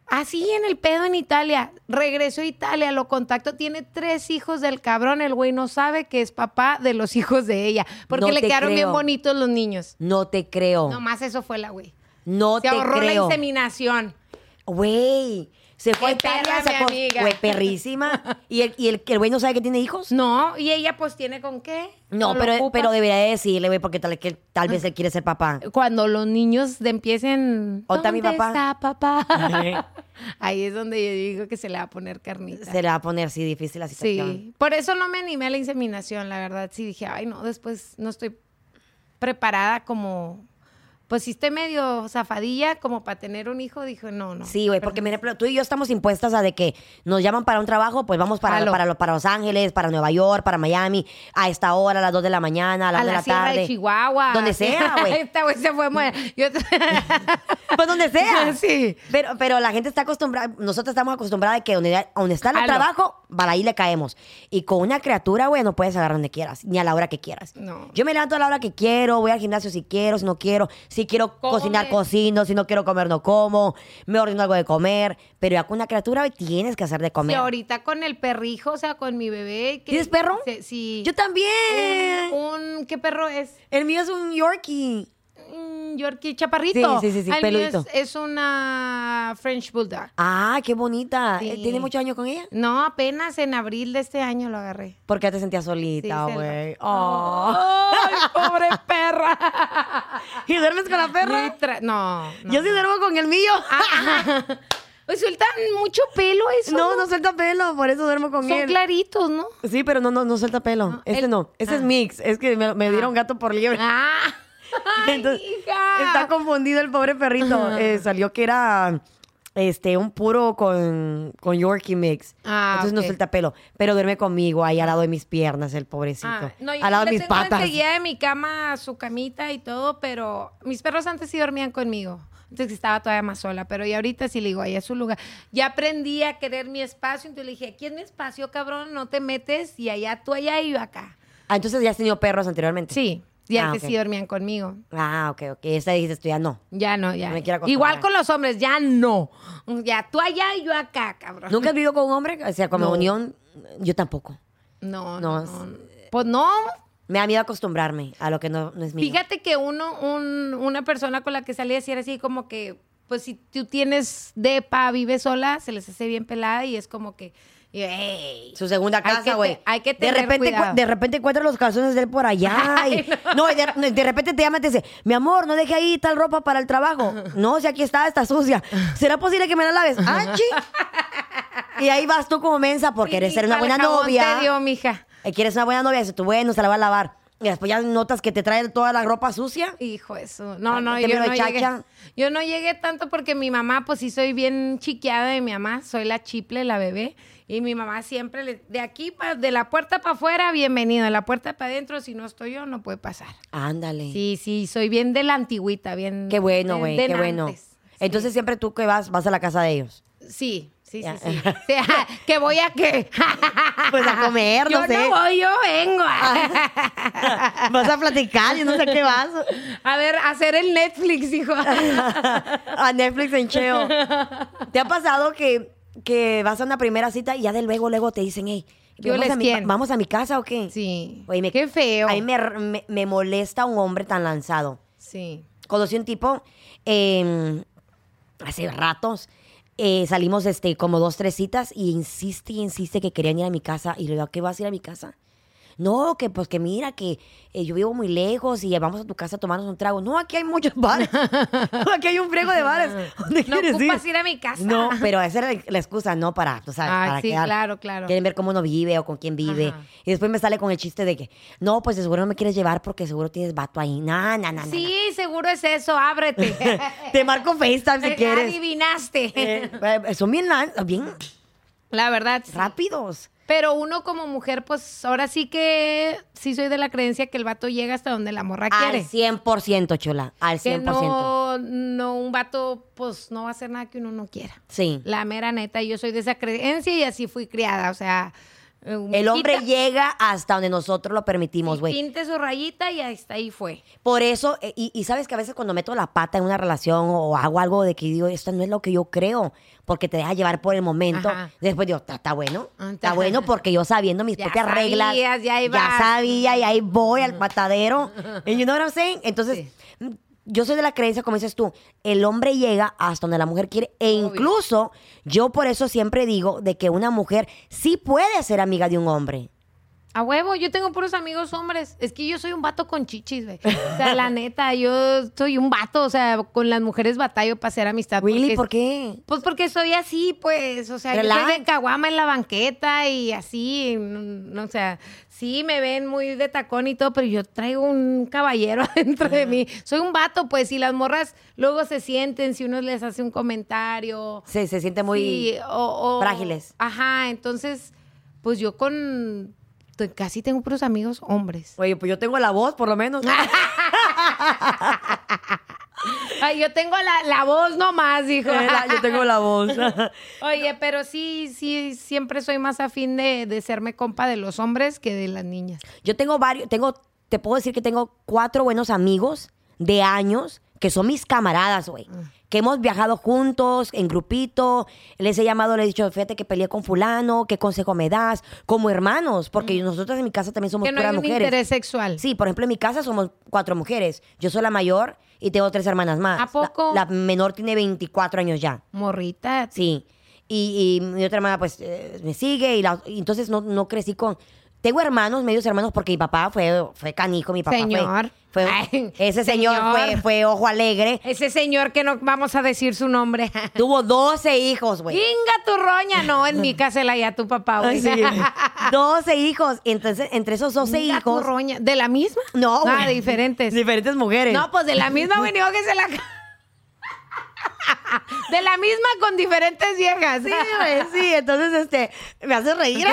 [SPEAKER 1] Así en el pedo en Italia. Regresó a Italia, lo contactó. Tiene tres hijos del cabrón. El güey no sabe que es papá de los hijos de ella. Porque
[SPEAKER 2] No
[SPEAKER 1] le
[SPEAKER 2] te
[SPEAKER 1] quedaron bien
[SPEAKER 2] creo.
[SPEAKER 1] bonitos los niños.
[SPEAKER 2] No te creo. No,
[SPEAKER 1] Nomás eso fue la güey. Se
[SPEAKER 2] te
[SPEAKER 1] ahorró la
[SPEAKER 2] creo.
[SPEAKER 1] inseminación.
[SPEAKER 2] Güey. Se fue a
[SPEAKER 1] Qué perra,
[SPEAKER 2] Italia,
[SPEAKER 1] mi
[SPEAKER 2] sacó.
[SPEAKER 1] amiga.
[SPEAKER 2] Güey, perrísima. ¿Y el, y el, el güey no sabe que tiene hijos?
[SPEAKER 1] No, y ella pues tiene con qué.
[SPEAKER 2] No,
[SPEAKER 1] lo
[SPEAKER 2] pero,
[SPEAKER 1] ocupa.
[SPEAKER 2] pero debería decirle, güey, porque tal, que, tal vez él quiere ser papá.
[SPEAKER 1] Cuando los niños de- empiecen.
[SPEAKER 2] ¿Dónde está mi papá?
[SPEAKER 1] está papá? Ahí es donde yo digo que se le va a poner carnita.
[SPEAKER 2] Se le va a poner, sí, difícil la situación.
[SPEAKER 1] Sí, por eso no me animé a la inseminación, la verdad. Sí dije, ay, no, después no estoy preparada como. Pues sí, estoy medio zafadilla como para tener un hijo. Dije, no, no.
[SPEAKER 2] Sí, güey, porque, por ejemplo, tú y yo estamos impuestas a de que nos llaman para un trabajo, pues vamos para,
[SPEAKER 1] Jalo.
[SPEAKER 2] para, lo- para Los Ángeles, para Nueva York, para Miami, a esta hora, a las 2 de la mañana, a las
[SPEAKER 1] A
[SPEAKER 2] 2 de
[SPEAKER 1] la
[SPEAKER 2] la
[SPEAKER 1] sierra
[SPEAKER 2] tarde.
[SPEAKER 1] de Chihuahua.
[SPEAKER 2] Donde sea, güey.
[SPEAKER 1] Esta güey se fue muy. Yo...
[SPEAKER 2] Pues donde sea.
[SPEAKER 1] Sí.
[SPEAKER 2] Pero, pero la gente está acostumbrada, nosotros estamos acostumbrados a que donde, donde está el
[SPEAKER 1] Jalo.
[SPEAKER 2] trabajo, para ahí le caemos. Y con una criatura, güey, no puedes agarrar donde quieras, ni a la hora que quieras.
[SPEAKER 1] No.
[SPEAKER 2] Yo me levanto a la hora que quiero, voy al gimnasio si quiero, si no quiero, si quiero
[SPEAKER 1] Come.
[SPEAKER 2] cocinar, cocino, si no quiero comer, no como, me ordeno algo de comer, pero ya con una criatura güey, tienes que hacer de
[SPEAKER 1] Y
[SPEAKER 2] comer.
[SPEAKER 1] ahorita con el perrijo, o sea, con mi bebé. que-
[SPEAKER 2] ¿Tienes perro?
[SPEAKER 1] se- Sí.
[SPEAKER 2] Yo también.
[SPEAKER 1] Un, un- ¿Qué perro es?
[SPEAKER 2] El mío es un Yorkie.
[SPEAKER 1] Un Yorkie chaparrito.
[SPEAKER 2] Sí, sí, sí, sí,
[SPEAKER 1] Ah, el mío es-
[SPEAKER 2] peludito.
[SPEAKER 1] es una French Bulldog.
[SPEAKER 2] Ah, qué bonita.
[SPEAKER 1] Sí.
[SPEAKER 2] ¿Tiene muchos años con ella?
[SPEAKER 1] No, apenas en abril de este año lo agarré.
[SPEAKER 2] Porque te sentías
[SPEAKER 1] Sí,
[SPEAKER 2] solita,
[SPEAKER 1] se lo-
[SPEAKER 2] güey. Oh.
[SPEAKER 1] ¡Ay, pobre perra!
[SPEAKER 2] ¿Y duermes con la perra?
[SPEAKER 1] Litra- No, no. Ah,
[SPEAKER 2] Yo sí duermo con el mío.
[SPEAKER 1] Pues sueltan mucho pelo eso.
[SPEAKER 2] No, no suelta pelo, por eso duermo con
[SPEAKER 1] Son
[SPEAKER 2] él.
[SPEAKER 1] claritos, ¿no?
[SPEAKER 2] Sí, pero no, no, no suelta pelo. este
[SPEAKER 1] el-
[SPEAKER 2] no. Este es mix. Es que me, me dieron gato por liebre.
[SPEAKER 1] ¡Ah! ¡Ay,
[SPEAKER 2] Entonces,
[SPEAKER 1] hija!
[SPEAKER 2] está confundido el pobre perrito. Eh, salió que era este un puro con, con Yorkie mix.
[SPEAKER 1] Ah,
[SPEAKER 2] Entonces no
[SPEAKER 1] ok.
[SPEAKER 2] suelta pelo. Pero duerme conmigo ahí al lado de mis piernas, el pobrecito.
[SPEAKER 1] Ah, no, yo
[SPEAKER 2] al lado
[SPEAKER 1] le
[SPEAKER 2] de mis
[SPEAKER 1] tengo
[SPEAKER 2] patas.
[SPEAKER 1] enseguida de mi cama su camita y todo, pero mis perros antes sí dormían conmigo. Entonces estaba todavía más sola, pero ya ahorita sí le digo, ahí es su lugar. Ya aprendí a querer mi espacio, entonces le dije, aquí es mi espacio, cabrón, no te metes y allá tú allá y yo acá.
[SPEAKER 2] Ah, entonces ya has tenido perros anteriormente.
[SPEAKER 1] Sí, y
[SPEAKER 2] Ah,
[SPEAKER 1] antes
[SPEAKER 2] ok.
[SPEAKER 1] sí dormían conmigo.
[SPEAKER 2] Ah, ok, ok. Esta dijiste tú ya no.
[SPEAKER 1] Ya no, ya.
[SPEAKER 2] No me quiero acostumbrar.
[SPEAKER 1] Igual con los hombres, ya no. Ya tú allá y yo acá, cabrón.
[SPEAKER 2] ¿Nunca has vivido con un hombre? O sea, como
[SPEAKER 1] No.
[SPEAKER 2] unión, yo tampoco.
[SPEAKER 1] No,
[SPEAKER 2] No,
[SPEAKER 1] no. no. Pues no,
[SPEAKER 2] Me da miedo acostumbrarme a lo que no, no es mío.
[SPEAKER 1] Fíjate que uno, un- una persona con la que salía así era así como que, pues si tú tienes depa, vives sola, se les hace bien pelada y es como que, ey.
[SPEAKER 2] Su segunda
[SPEAKER 1] Hay que
[SPEAKER 2] casa,
[SPEAKER 1] te-
[SPEAKER 2] güey.
[SPEAKER 1] hay que
[SPEAKER 2] de
[SPEAKER 1] tener
[SPEAKER 2] repente,
[SPEAKER 1] cuidado.
[SPEAKER 2] cu- de repente encuentra los calzones de él por allá. y-
[SPEAKER 1] Ay,
[SPEAKER 2] no, y de, no, y de repente te llama y te dice, mi amor, no deje ahí tal ropa para el trabajo. No, si aquí está, está sucia. ¿Será posible que me la laves? ¡Ah, chi! Y ahí vas tú como mensa porque
[SPEAKER 1] Sí,
[SPEAKER 2] quieres ser una
[SPEAKER 1] para el
[SPEAKER 2] buena
[SPEAKER 1] jabón
[SPEAKER 2] novia.
[SPEAKER 1] Te dio, mija.
[SPEAKER 2] Eh, Quieres una buena novia, dices tú, bueno, se la va a lavar. Y después ya notas que te trae toda la ropa sucia.
[SPEAKER 1] Hijo eso. No,
[SPEAKER 2] Ay,
[SPEAKER 1] no,
[SPEAKER 2] te
[SPEAKER 1] yo
[SPEAKER 2] miro
[SPEAKER 1] no
[SPEAKER 2] de
[SPEAKER 1] llegué.
[SPEAKER 2] chacha.
[SPEAKER 1] Yo no llegué tanto porque mi mamá, pues sí soy bien chiqueada de mi mamá, soy la chiple, la bebé. Y mi mamá siempre, le- de aquí, pa- de la puerta para afuera, bienvenido. De la puerta para adentro, si no estoy yo, no puede pasar.
[SPEAKER 2] Ándale.
[SPEAKER 1] Sí, sí, soy bien de la antigüita, bien.
[SPEAKER 2] Qué bueno,
[SPEAKER 1] de-
[SPEAKER 2] güey,
[SPEAKER 1] de
[SPEAKER 2] qué bueno.
[SPEAKER 1] nantes.
[SPEAKER 2] Entonces siempre tú que vas, vas a la casa de ellos.
[SPEAKER 1] Sí, sí, sí,
[SPEAKER 2] Ya.
[SPEAKER 1] sí. O sea, que voy a que.
[SPEAKER 2] Pues a comer, no
[SPEAKER 1] yo
[SPEAKER 2] sé.
[SPEAKER 1] no voy, yo vengo.
[SPEAKER 2] Vas a platicar, yo no sé qué vas.
[SPEAKER 1] A ver, hacer el Netflix, hijo.
[SPEAKER 2] A Netflix en cheo. ¿Te ha pasado que, que vas a una primera cita y ya de luego, luego te dicen, hey,
[SPEAKER 1] Yo
[SPEAKER 2] ¿vamos,
[SPEAKER 1] les
[SPEAKER 2] a mi,
[SPEAKER 1] quién.
[SPEAKER 2] ¿vamos a mi casa o qué?
[SPEAKER 1] Sí.
[SPEAKER 2] Oye, me-
[SPEAKER 1] Qué feo.
[SPEAKER 2] A mí me, me- me molesta un hombre tan lanzado.
[SPEAKER 1] Sí.
[SPEAKER 2] Conocí un tipo eh, hace ratos. eh, salimos este, como dos, tres citas y insiste y insiste que querían ir a mi casa. Y le digo, ¿a qué vas a ir a mi casa? No, que pues que mira, que eh, yo vivo muy lejos y vamos a tu casa a tomarnos un trago. No, aquí hay muchos bares. aquí hay un friego de bares. ¿Dónde
[SPEAKER 1] No
[SPEAKER 2] quieres
[SPEAKER 1] ocupas ir a mi casa.
[SPEAKER 2] No, pero esa era la excusa, no para, tú sabes,
[SPEAKER 1] Ah,
[SPEAKER 2] para
[SPEAKER 1] sí,
[SPEAKER 2] quedar.
[SPEAKER 1] claro, claro.
[SPEAKER 2] Quieren ver cómo uno vive o con quién vive.
[SPEAKER 1] Ajá.
[SPEAKER 2] Y después me sale con el chiste de que, no, pues de seguro no me quieres llevar porque seguro tienes vato ahí. No, no, no, no, no.
[SPEAKER 1] Sí, seguro es eso, ábrete.
[SPEAKER 2] Te marco FaceTime si
[SPEAKER 1] Eh,
[SPEAKER 2] quieres.
[SPEAKER 1] Adivinaste.
[SPEAKER 2] Eh, eh, son bien, lan- bien
[SPEAKER 1] La verdad. sí.
[SPEAKER 2] rápidos.
[SPEAKER 1] Pero uno como mujer, pues ahora sí que sí soy de la creencia que el vato llega hasta donde la morra quiere.
[SPEAKER 2] Al 100%, chula. Al 100%.
[SPEAKER 1] Que no, no, un vato, pues no va a hacer nada que uno no quiera.
[SPEAKER 2] Sí.
[SPEAKER 1] La mera neta, yo soy de esa creencia y así fui criada. O sea, eh,
[SPEAKER 2] El hombre
[SPEAKER 1] quita-
[SPEAKER 2] llega hasta donde nosotros lo permitimos, güey.
[SPEAKER 1] Pinte su rayita y hasta ahí fue.
[SPEAKER 2] Por eso, eh, y, y sabes que a veces cuando meto la pata en una relación o hago algo de que digo, esto no es lo que yo creo, porque te deja llevar por el momento,
[SPEAKER 1] Ajá.
[SPEAKER 2] después digo, está está bueno,
[SPEAKER 1] Ah,
[SPEAKER 2] está
[SPEAKER 1] ajá.
[SPEAKER 2] bueno porque yo sabiendo mis
[SPEAKER 1] Ya
[SPEAKER 2] propias
[SPEAKER 1] sabías,
[SPEAKER 2] reglas,
[SPEAKER 1] ya ibas.
[SPEAKER 2] sabía y ahí voy al patadero. And you know what I'm saying? Entonces,
[SPEAKER 1] Sí.
[SPEAKER 2] mm, yo soy de la creencia, como dices tú, el hombre llega hasta donde la mujer quiere e
[SPEAKER 1] Obvio.
[SPEAKER 2] incluso yo por eso siempre digo de que una mujer sí puede ser amiga de un hombre.
[SPEAKER 1] A huevo, yo tengo puros amigos hombres. Es que yo soy un vato con chichis, güey. O sea, la neta, yo soy un vato. O sea, con las mujeres batallo para hacer amistad.
[SPEAKER 2] Really,
[SPEAKER 1] Ah, porque-
[SPEAKER 2] ¿por qué?
[SPEAKER 1] Pues porque soy así, pues, o sea, yo soy
[SPEAKER 2] Relax.
[SPEAKER 1] de caguama en la banqueta y así, no, no, o sea, sí me ven muy de tacón y todo, pero yo traigo un caballero dentro de mí. Soy un vato, pues, y las morras luego se sienten si uno les hace un comentario.
[SPEAKER 2] Se, se siente muy...
[SPEAKER 1] Sí, o- o-
[SPEAKER 2] frágiles.
[SPEAKER 1] Ajá, entonces, pues yo con te- casi tengo puros amigos hombres.
[SPEAKER 2] Oye, pues yo tengo la voz, por lo menos.
[SPEAKER 1] Ay, yo tengo la, la voz nomás, dijo.
[SPEAKER 2] yo tengo la voz.
[SPEAKER 1] Oye, pero sí, sí, siempre soy más afín de, de serme compa de los hombres que de las niñas.
[SPEAKER 2] yo tengo varios, tengo, te puedo decir que tengo cuatro buenos amigos de años que son mis camaradas, güey. Que hemos viajado juntos, en grupito. Les he llamado, les he dicho, fíjate que peleé con fulano, qué consejo me das, como hermanos, porque nosotros en mi casa también somos
[SPEAKER 1] Que no hay
[SPEAKER 2] puras
[SPEAKER 1] un
[SPEAKER 2] mujeres.
[SPEAKER 1] interés sexual.
[SPEAKER 2] Sí, por ejemplo, en mi casa somos cuatro mujeres. Yo soy la mayor y tengo tres hermanas más.
[SPEAKER 1] ¿A poco?
[SPEAKER 2] La- la menor tiene 24 años ya.
[SPEAKER 1] Morrita.
[SPEAKER 2] Sí. Y, y mi otra hermana, pues, eh, me sigue. Y, la- y entonces no, no crecí con. Tengo hermanos, medios hermanos, porque mi papá fue, fue canijo, mi papá fue-
[SPEAKER 1] Señor.
[SPEAKER 2] fue.
[SPEAKER 1] Ay,
[SPEAKER 2] ese señor,
[SPEAKER 1] señor.
[SPEAKER 2] Fue, fue ojo alegre.
[SPEAKER 1] Ese señor que no vamos a decir su nombre.
[SPEAKER 2] Tuvo 12 hijos, güey.
[SPEAKER 1] Inga tu roña. No, en mi casa la ya tu papá. güey.
[SPEAKER 2] Ay, sí. 12 hijos. Entonces, entre esos 12
[SPEAKER 1] Inga tu
[SPEAKER 2] hijos.
[SPEAKER 1] roña. ¿De la misma?
[SPEAKER 2] No, güey.
[SPEAKER 1] Ah, diferentes.
[SPEAKER 2] Diferentes mujeres.
[SPEAKER 1] No, pues de la misma, güey, ni modo que se la... De la misma con diferentes viejas.
[SPEAKER 2] Sí, güey, sí, entonces este, me hace reír.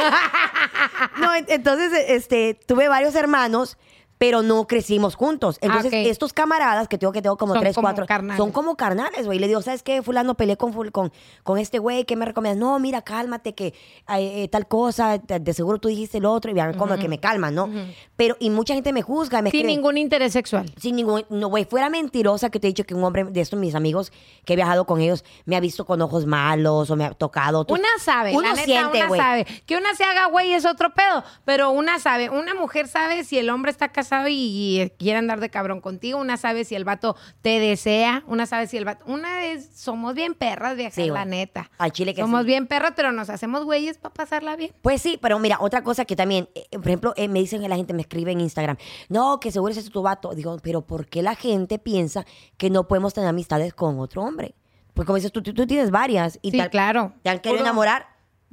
[SPEAKER 2] No, en- entonces este, tuve varios hermanos, pero no crecimos juntos. Entonces,
[SPEAKER 1] Ah, ok.
[SPEAKER 2] estos camaradas que tengo que tengo como
[SPEAKER 1] Son
[SPEAKER 2] tres,
[SPEAKER 1] como
[SPEAKER 2] cuatro,
[SPEAKER 1] carnales.
[SPEAKER 2] son como carnales, güey. Le digo, ¿sabes qué? Fulano peleé con, ful- con, con este güey, ¿qué me recomiendas? No, mira, cálmate, que eh, eh, tal cosa, te- de seguro tú dijiste el otro, y vean como que me calman, ¿no? Pero, y mucha gente me juzga, me
[SPEAKER 1] Sin
[SPEAKER 2] escribe-
[SPEAKER 1] ningún interés sexual.
[SPEAKER 2] sin ningún, no, güey, fuera mentirosa que te he dicho que un hombre de estos mis amigos que he viajado con ellos me ha visto con ojos malos o me ha tocado. otros-
[SPEAKER 1] Una sabe, la
[SPEAKER 2] Uno
[SPEAKER 1] neta,
[SPEAKER 2] siente,
[SPEAKER 1] una
[SPEAKER 2] güey.
[SPEAKER 1] sabe. Que una se haga güey es otro pedo, pero una sabe. Una mujer sabe si el hombre está casado y, y eh, quiere andar de cabrón contigo. Una sabe si el vato te desea. Una sabe si el vato. Una es. Somos bien perras, vieja,
[SPEAKER 2] Sí,
[SPEAKER 1] la
[SPEAKER 2] güey.
[SPEAKER 1] neta.
[SPEAKER 2] Al chile que
[SPEAKER 1] Somos
[SPEAKER 2] sí.
[SPEAKER 1] bien perras, pero nos hacemos güeyes para pasarla bien.
[SPEAKER 2] Pues sí, pero mira, otra cosa que también, eh, por ejemplo, eh, me dicen que la gente me escribe en Instagram, no, que seguro ese es tu vato. Digo, pero ¿por qué la gente piensa que no podemos tener amistades con otro hombre? Pues como dices, tú, tú, tú tienes varias y
[SPEAKER 1] Sí,
[SPEAKER 2] tal,
[SPEAKER 1] claro.
[SPEAKER 2] te han querido
[SPEAKER 1] Puro-
[SPEAKER 2] enamorar.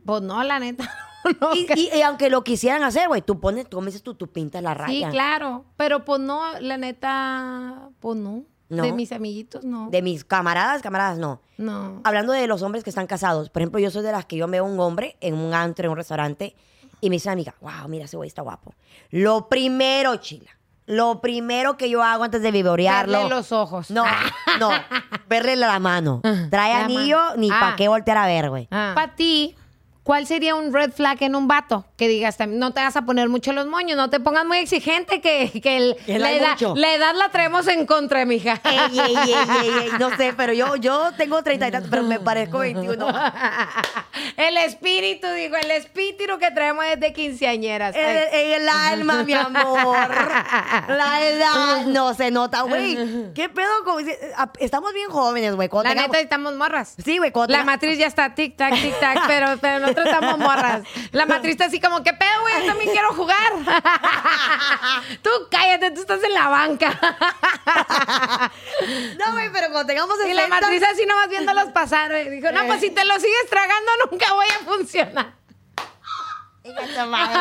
[SPEAKER 1] Pues no, la neta. no,
[SPEAKER 2] Y,
[SPEAKER 1] que-
[SPEAKER 2] y- y aunque lo quisieran hacer, güey, tú pones, tú me dices tú, tú pintas la
[SPEAKER 1] sí,
[SPEAKER 2] raya.
[SPEAKER 1] claro. Pero pues no, la neta, pues no.
[SPEAKER 2] No.
[SPEAKER 1] De mis amiguitos, no.
[SPEAKER 2] De mis camaradas, camaradas, no.
[SPEAKER 1] No.
[SPEAKER 2] Hablando de los hombres que están casados, por ejemplo, yo soy de las que yo veo a un hombre en un antro, en un restaurante, y me dice una amiga, wow, mira, ese güey está guapo. Lo primero, Chila, lo primero que yo hago antes de vivorearlo.
[SPEAKER 1] Verle los ojos.
[SPEAKER 2] No, no, verle la mano. Trae
[SPEAKER 1] Ah, La
[SPEAKER 2] anillo,
[SPEAKER 1] mano.
[SPEAKER 2] ni
[SPEAKER 1] Ah.
[SPEAKER 2] pa' qué voltear a ver, güey.
[SPEAKER 1] Para ti, ¿cuál sería un red flag en un vato? Que digas, tam- no te vas a poner mucho los moños, no te pongas muy exigente, que, que el-
[SPEAKER 2] Que
[SPEAKER 1] la,
[SPEAKER 2] hay
[SPEAKER 1] edad,
[SPEAKER 2] mucho.
[SPEAKER 1] la edad la traemos en contra, mija.
[SPEAKER 2] Ey, ey, ey, ey, ey, No sé, pero yo, yo tengo 30 y tantos, pero me parezco 21.
[SPEAKER 1] el espíritu, digo, el espíritu que traemos es de quinceañeras.
[SPEAKER 2] El,
[SPEAKER 1] Ay.
[SPEAKER 2] el alma, mi amor. La edad no se nota, güey. ¿Qué pedo? con- Estamos bien jóvenes, güey. Cuando
[SPEAKER 1] la
[SPEAKER 2] tengamos-
[SPEAKER 1] neta, estamos morras.
[SPEAKER 2] Sí, güey, cuando
[SPEAKER 1] La
[SPEAKER 2] tenga-
[SPEAKER 1] matriz ya está tic-tac, tic-tac, pero, pero nosotros estamos morras. La matriz está así como, ¿qué pedo, güey? Yo también quiero jugar. tú cállate, tú estás en la banca.
[SPEAKER 2] No, güey, pero cuando tengamos
[SPEAKER 1] Y la
[SPEAKER 2] 60...
[SPEAKER 1] matriz así nomás viéndolos pasar, güey. Dijo, no, pues si te lo sigues tragando nunca voy a funcionar.
[SPEAKER 2] Venga, tu madre.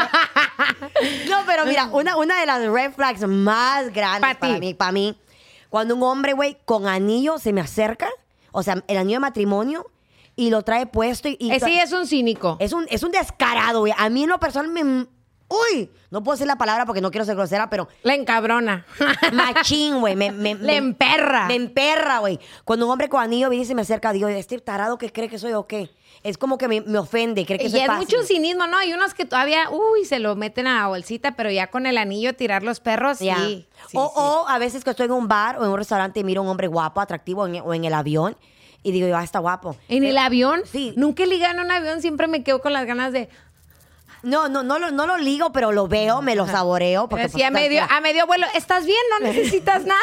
[SPEAKER 2] No, pero mira, una, una de las red flags más grandes
[SPEAKER 1] Mm. Pa'
[SPEAKER 2] para
[SPEAKER 1] ti.
[SPEAKER 2] mí, para mí, cuando un hombre, güey, con anillo se me acerca, o sea, el anillo de matrimonio, y lo trae puesto. Y, Eh, y
[SPEAKER 1] Ese ya Eh, es un cínico.
[SPEAKER 2] es un, es un descarado, güey. A mí en lo personal me... Uy, no puedo decir la palabra porque no quiero ser grosera, pero
[SPEAKER 1] La encabrona.
[SPEAKER 2] machín, güey. Me, me,
[SPEAKER 1] Le
[SPEAKER 2] me-
[SPEAKER 1] emperra.
[SPEAKER 2] Me emperra, güey. Cuando un hombre con anillo viene y se me acerca, digo, este tarado que cree que soy o qué. Es como que me, me ofende, cree que
[SPEAKER 1] Y
[SPEAKER 2] soy
[SPEAKER 1] es
[SPEAKER 2] fácil.
[SPEAKER 1] mucho cinismo, ¿no? Hay unos que todavía, uy, se lo meten a la bolsita, pero ya con el anillo tirar los perros,
[SPEAKER 2] Ya.
[SPEAKER 1] sí. sí,
[SPEAKER 2] o,
[SPEAKER 1] sí.
[SPEAKER 2] o a veces que estoy en un bar o en un restaurante y miro a un hombre guapo, atractivo en- o en el avión y digo, ah, está guapo.
[SPEAKER 1] En el avión,
[SPEAKER 2] sí.
[SPEAKER 1] nunca he ligado en un avión, siempre me quedo con las ganas de.
[SPEAKER 2] No, no, no lo, no lo ligo, pero lo veo, me lo saboreo. Porque pues
[SPEAKER 1] Así a medio, a medio vuelo, estás bien, no necesitas nada.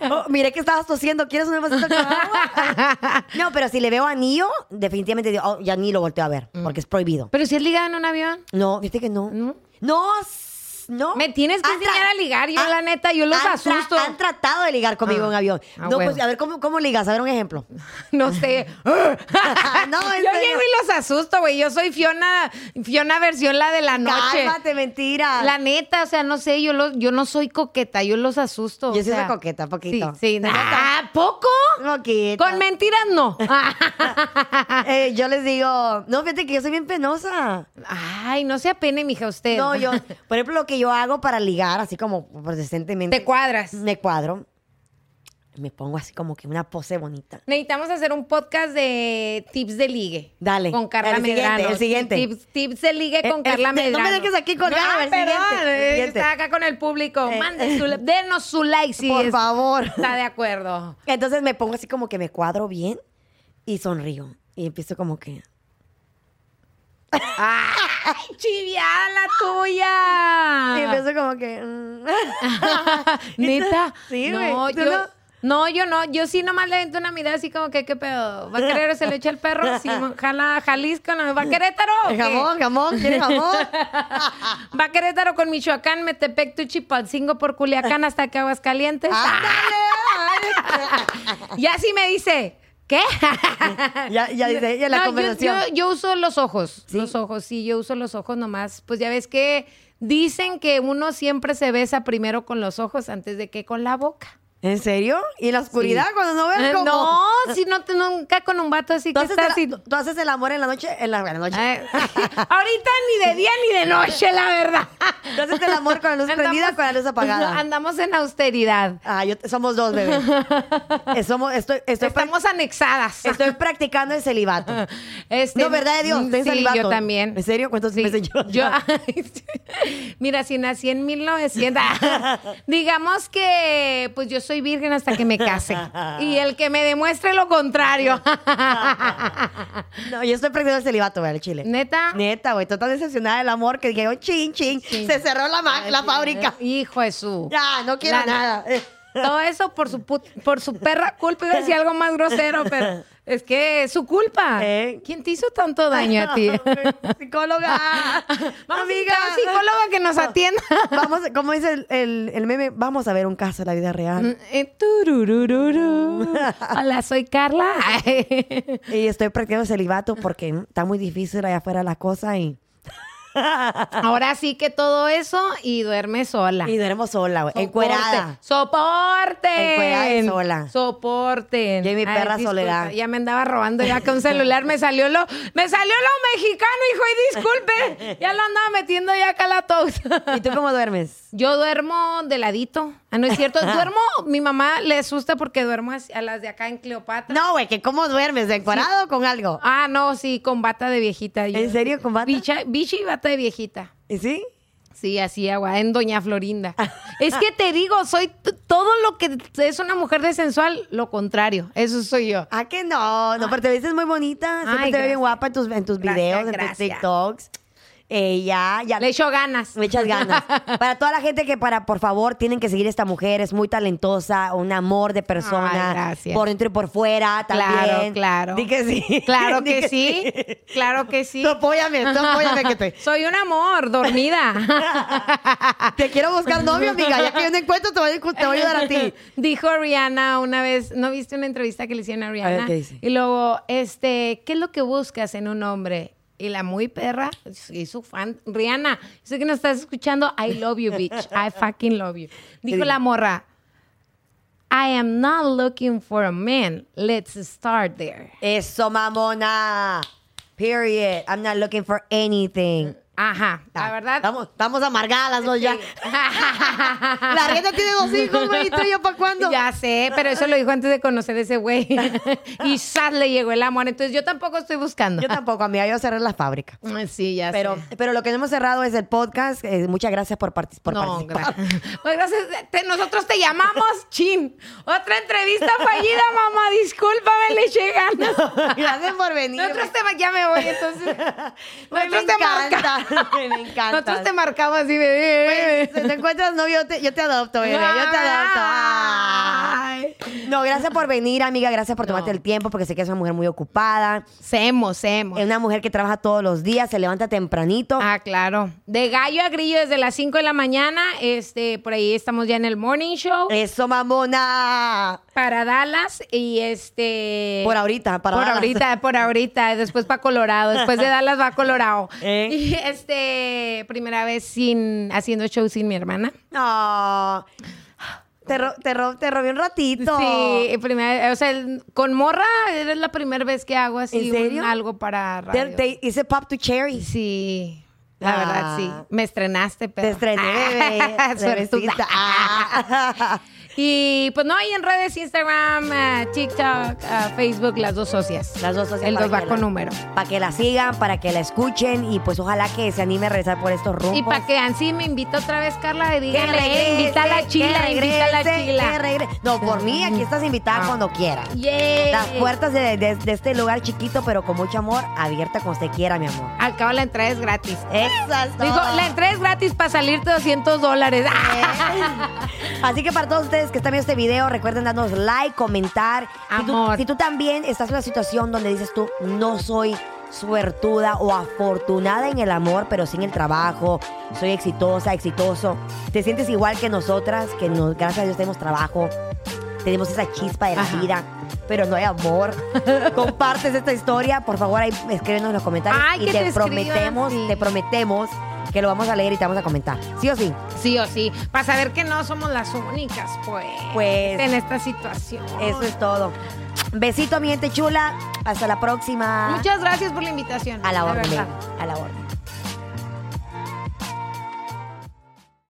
[SPEAKER 2] Oh, miré que estabas tosiendo, ¿quieres una vasita con agua? no, pero si le veo anillo, definitivamente digo, "Oh, ya ni lo volteo a ver, porque es prohibido.
[SPEAKER 1] Pero si es ligada en un avión.
[SPEAKER 2] No, viste que no.
[SPEAKER 1] Mm. ¿No?
[SPEAKER 2] No, s- no.
[SPEAKER 1] Me tienes que
[SPEAKER 2] Han tra-
[SPEAKER 1] enseñar a ligar, yo
[SPEAKER 2] han-
[SPEAKER 1] la neta, yo los
[SPEAKER 2] han tra-
[SPEAKER 1] asusto.
[SPEAKER 2] Han tratado de ligar conmigo
[SPEAKER 1] Ah,
[SPEAKER 2] en avión.
[SPEAKER 1] ah,
[SPEAKER 2] no,
[SPEAKER 1] bueno.
[SPEAKER 2] pues a ver, ¿cómo, cómo ligas? A ver, un ejemplo.
[SPEAKER 1] No sé.
[SPEAKER 2] No, en
[SPEAKER 1] yo
[SPEAKER 2] serio.
[SPEAKER 1] llego y los asusto, güey. Yo soy Fiona, Fiona versión la de la noche.
[SPEAKER 2] Cálmate, mentira.
[SPEAKER 1] La neta, o sea, no sé, yo los, yo no soy coqueta, yo los asusto.
[SPEAKER 2] Yo
[SPEAKER 1] o
[SPEAKER 2] sí soy
[SPEAKER 1] sea.
[SPEAKER 2] coqueta, poquito.
[SPEAKER 1] Sí, sí. Ah, ¿poco?
[SPEAKER 2] Poquito.
[SPEAKER 1] Con mentiras no.
[SPEAKER 2] Eh, yo les digo, no, fíjate que yo soy bien penosa.
[SPEAKER 1] Ay, no se apene, mija, usted.
[SPEAKER 2] No, yo, por ejemplo, lo que yo hago para ligar, así como pues, decentemente.
[SPEAKER 1] Te cuadras.
[SPEAKER 2] me cuadro, me pongo así como que una pose bonita.
[SPEAKER 1] Necesitamos hacer un podcast de tips de ligue.
[SPEAKER 2] Dale.
[SPEAKER 1] Con Carla
[SPEAKER 2] El siguiente,
[SPEAKER 1] Medrano.
[SPEAKER 2] el siguiente.
[SPEAKER 1] Tips, tips de ligue con
[SPEAKER 2] Eh,
[SPEAKER 1] Carla
[SPEAKER 2] eh, no me
[SPEAKER 1] Medrano.
[SPEAKER 2] dejes aquí colgada,
[SPEAKER 1] Ah,
[SPEAKER 2] el
[SPEAKER 1] perdón.
[SPEAKER 2] siguiente, el
[SPEAKER 1] eh,
[SPEAKER 2] siguiente.
[SPEAKER 1] Está acá con el público.
[SPEAKER 2] Eh,
[SPEAKER 1] Mande su, denos su like si
[SPEAKER 2] por
[SPEAKER 1] es-
[SPEAKER 2] favor.
[SPEAKER 1] está de acuerdo.
[SPEAKER 2] Entonces me pongo así como que me cuadro bien y sonrío. Y empiezo como que.
[SPEAKER 1] ¡Ay, chiviada la tuya!
[SPEAKER 2] Y empiezo como que. mm.
[SPEAKER 1] Neta.
[SPEAKER 2] pues, Sí,
[SPEAKER 1] no,
[SPEAKER 2] güey. ¿Tú
[SPEAKER 1] yo, no?
[SPEAKER 2] no?
[SPEAKER 1] yo no. Yo sí nomás le avento una mirada así como que, ¿qué pedo? ¿Va a querer se le echa el perro? Sí, mo- jala Jalisco, no. ¿Va a Querétaro? o qué?
[SPEAKER 2] Jamón, jamón, ¿quieres jamón?
[SPEAKER 1] ¿Va a Querétaro con Michoacán, Metepec, Tuchipalcingo por Culiacán hasta que Aguascalientes?
[SPEAKER 2] Ah. ¡Ándale!
[SPEAKER 1] Y así me dice, ¿qué?
[SPEAKER 2] ya, ya dice, ya la
[SPEAKER 1] No, yo-
[SPEAKER 2] conversación.
[SPEAKER 1] Yo, yo uso los ojos, los ojos, sí, yo uso los ojos nomás. Pues ya ves que dicen que uno siempre se besa primero con los ojos antes de que con la boca.
[SPEAKER 2] ¿En serio? ¿Y en la oscuridad
[SPEAKER 1] Sí.
[SPEAKER 2] cuando no ves
[SPEAKER 1] Eh,
[SPEAKER 2] cómo?
[SPEAKER 1] No, si no te- nunca con un vato así
[SPEAKER 2] ¿Tú
[SPEAKER 1] que
[SPEAKER 2] haces,
[SPEAKER 1] está así.
[SPEAKER 2] el, tú haces el amor en la noche? En la, en la noche.
[SPEAKER 1] Ay, ahorita ni de día ni de noche, la verdad.
[SPEAKER 2] ¿Tú haces el amor con la luz prendida o con la luz apagada?
[SPEAKER 1] Andamos en austeridad.
[SPEAKER 2] Ah, yo, somos dos, bebé. Eh, somos, estoy, estoy, prac-
[SPEAKER 1] Estamos anexadas.
[SPEAKER 2] estoy practicando el celibato.
[SPEAKER 1] Este,
[SPEAKER 2] No, ¿verdad de Dios?
[SPEAKER 1] mm,
[SPEAKER 2] Ten
[SPEAKER 1] Sí,
[SPEAKER 2] celibato.
[SPEAKER 1] yo también.
[SPEAKER 2] ¿En serio? ¿Cuántos
[SPEAKER 1] Sí.
[SPEAKER 2] meses llevas?
[SPEAKER 1] Yo, ah. mira, si nací en 1900, digamos que pues yo soy virgen hasta que me case. Y el que me demuestre lo contrario.
[SPEAKER 2] No, yo estoy practicando el celibato, güey, el chile.
[SPEAKER 1] Neta.
[SPEAKER 2] Neta, güey. Tú tan decepcionada del amor que dije, oh, chin, chin. Se cerró la, ma- la fábrica.
[SPEAKER 1] Hijo de su.
[SPEAKER 2] Ya, no quiero
[SPEAKER 1] La-
[SPEAKER 2] nada.
[SPEAKER 1] Todo eso por su, put- por su perra culpa. Iba a decir algo más grosero, pero es que es su culpa.
[SPEAKER 2] ¿Eh?
[SPEAKER 1] ¿Quién te hizo tanto daño a ti? Ah,
[SPEAKER 2] Psicóloga.
[SPEAKER 1] Vamos
[SPEAKER 2] Amiga.
[SPEAKER 1] a un psicóloga que nos atienda.
[SPEAKER 2] Vamos, como dice el, el- el meme, vamos a ver un caso de la vida real.
[SPEAKER 1] Eh, tururururu. Hola, soy Carla.
[SPEAKER 2] Y estoy practicando el celibato porque está muy difícil allá afuera la cosa y,
[SPEAKER 1] Ahora sí que todo eso y duerme sola.
[SPEAKER 2] y dueremos sola, güey.
[SPEAKER 1] Soporte.
[SPEAKER 2] Encuerada.
[SPEAKER 1] Soporten.
[SPEAKER 2] Encuerada y sola.
[SPEAKER 1] Soporten.
[SPEAKER 2] Yo y mi
[SPEAKER 1] Ay,
[SPEAKER 2] perra
[SPEAKER 1] disculpa,
[SPEAKER 2] soledad.
[SPEAKER 1] Ya me andaba robando ya que un celular me salió lo, me salió lo mexicano, hijo, y disculpe. Ya lo andaba metiendo ya acá la tos.
[SPEAKER 2] ¿Y tú cómo duermes?
[SPEAKER 1] Yo duermo de ladito. Ah, no es cierto. Duermo, mi mamá le asusta porque duermo así- a las de acá en Cleopatra.
[SPEAKER 2] No, güey, que cómo duermes, ¿de encuerado o con algo?
[SPEAKER 1] Ah, no, sí, con bata de viejita. yo.
[SPEAKER 2] ¿En serio, con bata?
[SPEAKER 1] Bicha- bicha y bata de viejita.
[SPEAKER 2] ¿Y sí?
[SPEAKER 1] Sí, así agua, en Doña Florinda. es que te digo, soy t- todo lo que es una mujer de sensual, lo contrario. Eso soy yo.
[SPEAKER 2] Ah, que no, no, pero te ves muy bonita,
[SPEAKER 1] Ay,
[SPEAKER 2] siempre te ves
[SPEAKER 1] gracias.
[SPEAKER 2] bien guapa en tus, en tus
[SPEAKER 1] Gracias,
[SPEAKER 2] videos, en
[SPEAKER 1] gracias.
[SPEAKER 2] tus TikToks. Eh, ya, ya.
[SPEAKER 1] Le echo ganas.
[SPEAKER 2] Me echas ganas. Para toda la gente que, para por favor, tienen que seguir a esta mujer. Es muy talentosa, un amor de persona.
[SPEAKER 1] Ay, gracias.
[SPEAKER 2] Por dentro y por fuera
[SPEAKER 1] Claro,
[SPEAKER 2] también.
[SPEAKER 1] claro.
[SPEAKER 2] Di que sí.
[SPEAKER 1] Claro
[SPEAKER 2] Di
[SPEAKER 1] que sí, claro que sí.
[SPEAKER 2] Tú apóyame, tú apóyame que te...
[SPEAKER 1] Soy un amor, dormida.
[SPEAKER 2] Te quiero buscar novio, amiga. Ya que yo no encuentro, te voy, a- te voy a ayudar a ti.
[SPEAKER 1] Dijo Rihanna una vez, ¿no viste una entrevista que le hicieron a Rihanna?
[SPEAKER 2] ver, ¿qué dice?
[SPEAKER 1] Y luego, este, ¿qué es lo que buscas en un hombre? Y la muy perra, y su fan, Rihanna, sé que nos estás escuchando, I love you, bitch, I fucking love you. Dijo
[SPEAKER 2] dijo?
[SPEAKER 1] la morra, I am not looking for a man. Let's start there.
[SPEAKER 2] Eso, mamona. Period. I'm not looking for anything.
[SPEAKER 1] Ajá, la verdad.
[SPEAKER 2] Ah, Estamos, estamos amargadas las dos ya. La Rieta tiene dos hijos, güey. ¿y tú y yo para cuándo?
[SPEAKER 1] Ya sé, pero eso lo dijo antes de conocer ese güey. y Sad le llegó el amor. Entonces yo tampoco estoy buscando.
[SPEAKER 2] Yo tampoco, amiga. Yo cerré la fábrica.
[SPEAKER 1] Sí, ya
[SPEAKER 2] Pero,
[SPEAKER 1] sé.
[SPEAKER 2] pero lo que no hemos cerrado es el podcast. Eh, muchas gracias por, partic- por
[SPEAKER 1] No,
[SPEAKER 2] participar.
[SPEAKER 1] gracias. Pues gracias. Te- nosotros te llamamos Chin. Otra entrevista fallida, mamá. Discúlpame, le llegan.
[SPEAKER 2] Gracias por venir.
[SPEAKER 1] Nosotros te ma- ya me voy, entonces.
[SPEAKER 2] Güey,
[SPEAKER 1] Nosotros te marcamos.
[SPEAKER 2] me encanta. Pues,
[SPEAKER 1] Nosotros te marcamos así de. eh,
[SPEAKER 2] Si te encuentras novio, yo te, yo te adopto, bebé. Yo te adopto.
[SPEAKER 1] Ah.
[SPEAKER 2] Ay.
[SPEAKER 1] Ay.
[SPEAKER 2] No, gracias por venir, amiga. Gracias por tomarte el tiempo, porque sé que es una mujer muy ocupada.
[SPEAKER 1] Semos, semos.
[SPEAKER 2] Es una mujer que trabaja todos los días, se levanta tempranito.
[SPEAKER 1] Ah, claro. De gallo a grillo desde las 5 de la mañana. Este, por ahí estamos ya en el morning show
[SPEAKER 2] Eso, mamona.
[SPEAKER 1] para Dallas. Y este.
[SPEAKER 2] Por ahorita, para
[SPEAKER 1] por
[SPEAKER 2] Dallas.
[SPEAKER 1] ahorita, por ahorita, después para Colorado, después de Dallas va a Colorado.
[SPEAKER 2] Eh.
[SPEAKER 1] Y este, primera vez sin haciendo show sin mi hermana.
[SPEAKER 2] No. Te, ro- te, ro- te robé un ratito.
[SPEAKER 1] Sí, primera, o sea, el- con morra es la primera vez que hago así
[SPEAKER 2] ¿En serio?
[SPEAKER 1] un- algo para
[SPEAKER 2] Te,
[SPEAKER 1] radio.
[SPEAKER 2] te hice pop to cherry.
[SPEAKER 1] Sí, la
[SPEAKER 2] Ah.
[SPEAKER 1] verdad sí. Me estrenaste, pero Ah,
[SPEAKER 2] Te estrené, bebé. Bebecita. Ah.
[SPEAKER 1] Y pues no, hay en redes Instagram, eh, TikTok, eh, Facebook, las dos socias.
[SPEAKER 2] Las dos socias
[SPEAKER 1] El
[SPEAKER 2] para
[SPEAKER 1] dos
[SPEAKER 2] que
[SPEAKER 1] bajo
[SPEAKER 2] la-
[SPEAKER 1] número.
[SPEAKER 2] Para que la sigan, para que la escuchen y pues ojalá que se anime a rezar por estos rumbos.
[SPEAKER 1] Y para que así me invitó otra vez Carla,
[SPEAKER 2] Que
[SPEAKER 1] díganle, eh,
[SPEAKER 2] regrese,
[SPEAKER 1] invita a la
[SPEAKER 2] que
[SPEAKER 1] chila, invita a la
[SPEAKER 2] regrese, que
[SPEAKER 1] chila.
[SPEAKER 2] regrese. No, por mí aquí estás invitada
[SPEAKER 1] Ah.
[SPEAKER 2] cuando quieras.
[SPEAKER 1] Yay.
[SPEAKER 2] Las puertas de, de- de este lugar chiquito, pero con mucho amor, abierta cuando usted quiera, mi amor.
[SPEAKER 1] Al cabo la entrada es gratis.
[SPEAKER 2] Esas
[SPEAKER 1] Digo, la entrada es gratis para salirte 200 dólares.
[SPEAKER 2] Así que para todos ustedes que están viendo este video, recuerden darnos like, comentar. Si tú-
[SPEAKER 1] Amor.
[SPEAKER 2] Si tú, también estás en una situación donde dices tú, no soy suertuda o afortunada en el amor, pero sin el trabajo, soy exitosa, exitoso. Te sientes igual que nosotras, que nos- gracias a Dios tenemos trabajo, tenemos esa chispa de la
[SPEAKER 1] Ajá.
[SPEAKER 2] vida, pero no hay amor. Compartes esta historia, por favor, ahí escríbenos en los comentarios
[SPEAKER 1] Ay,
[SPEAKER 2] y
[SPEAKER 1] que
[SPEAKER 2] te,
[SPEAKER 1] te escriban,
[SPEAKER 2] prometemos,
[SPEAKER 1] sí.
[SPEAKER 2] te prometemos que lo vamos a leer y te vamos a comentar. ¿Sí o sí?
[SPEAKER 1] Sí o sí, para saber que no somos las únicas, pues,
[SPEAKER 2] Pues-
[SPEAKER 1] en esta situación.
[SPEAKER 2] Eso es todo. Besito, mi gente chula. Hasta la próxima.
[SPEAKER 1] Muchas gracias por la invitación.
[SPEAKER 2] a la
[SPEAKER 1] de
[SPEAKER 2] orden.
[SPEAKER 1] verdad.
[SPEAKER 2] baby. A la orden.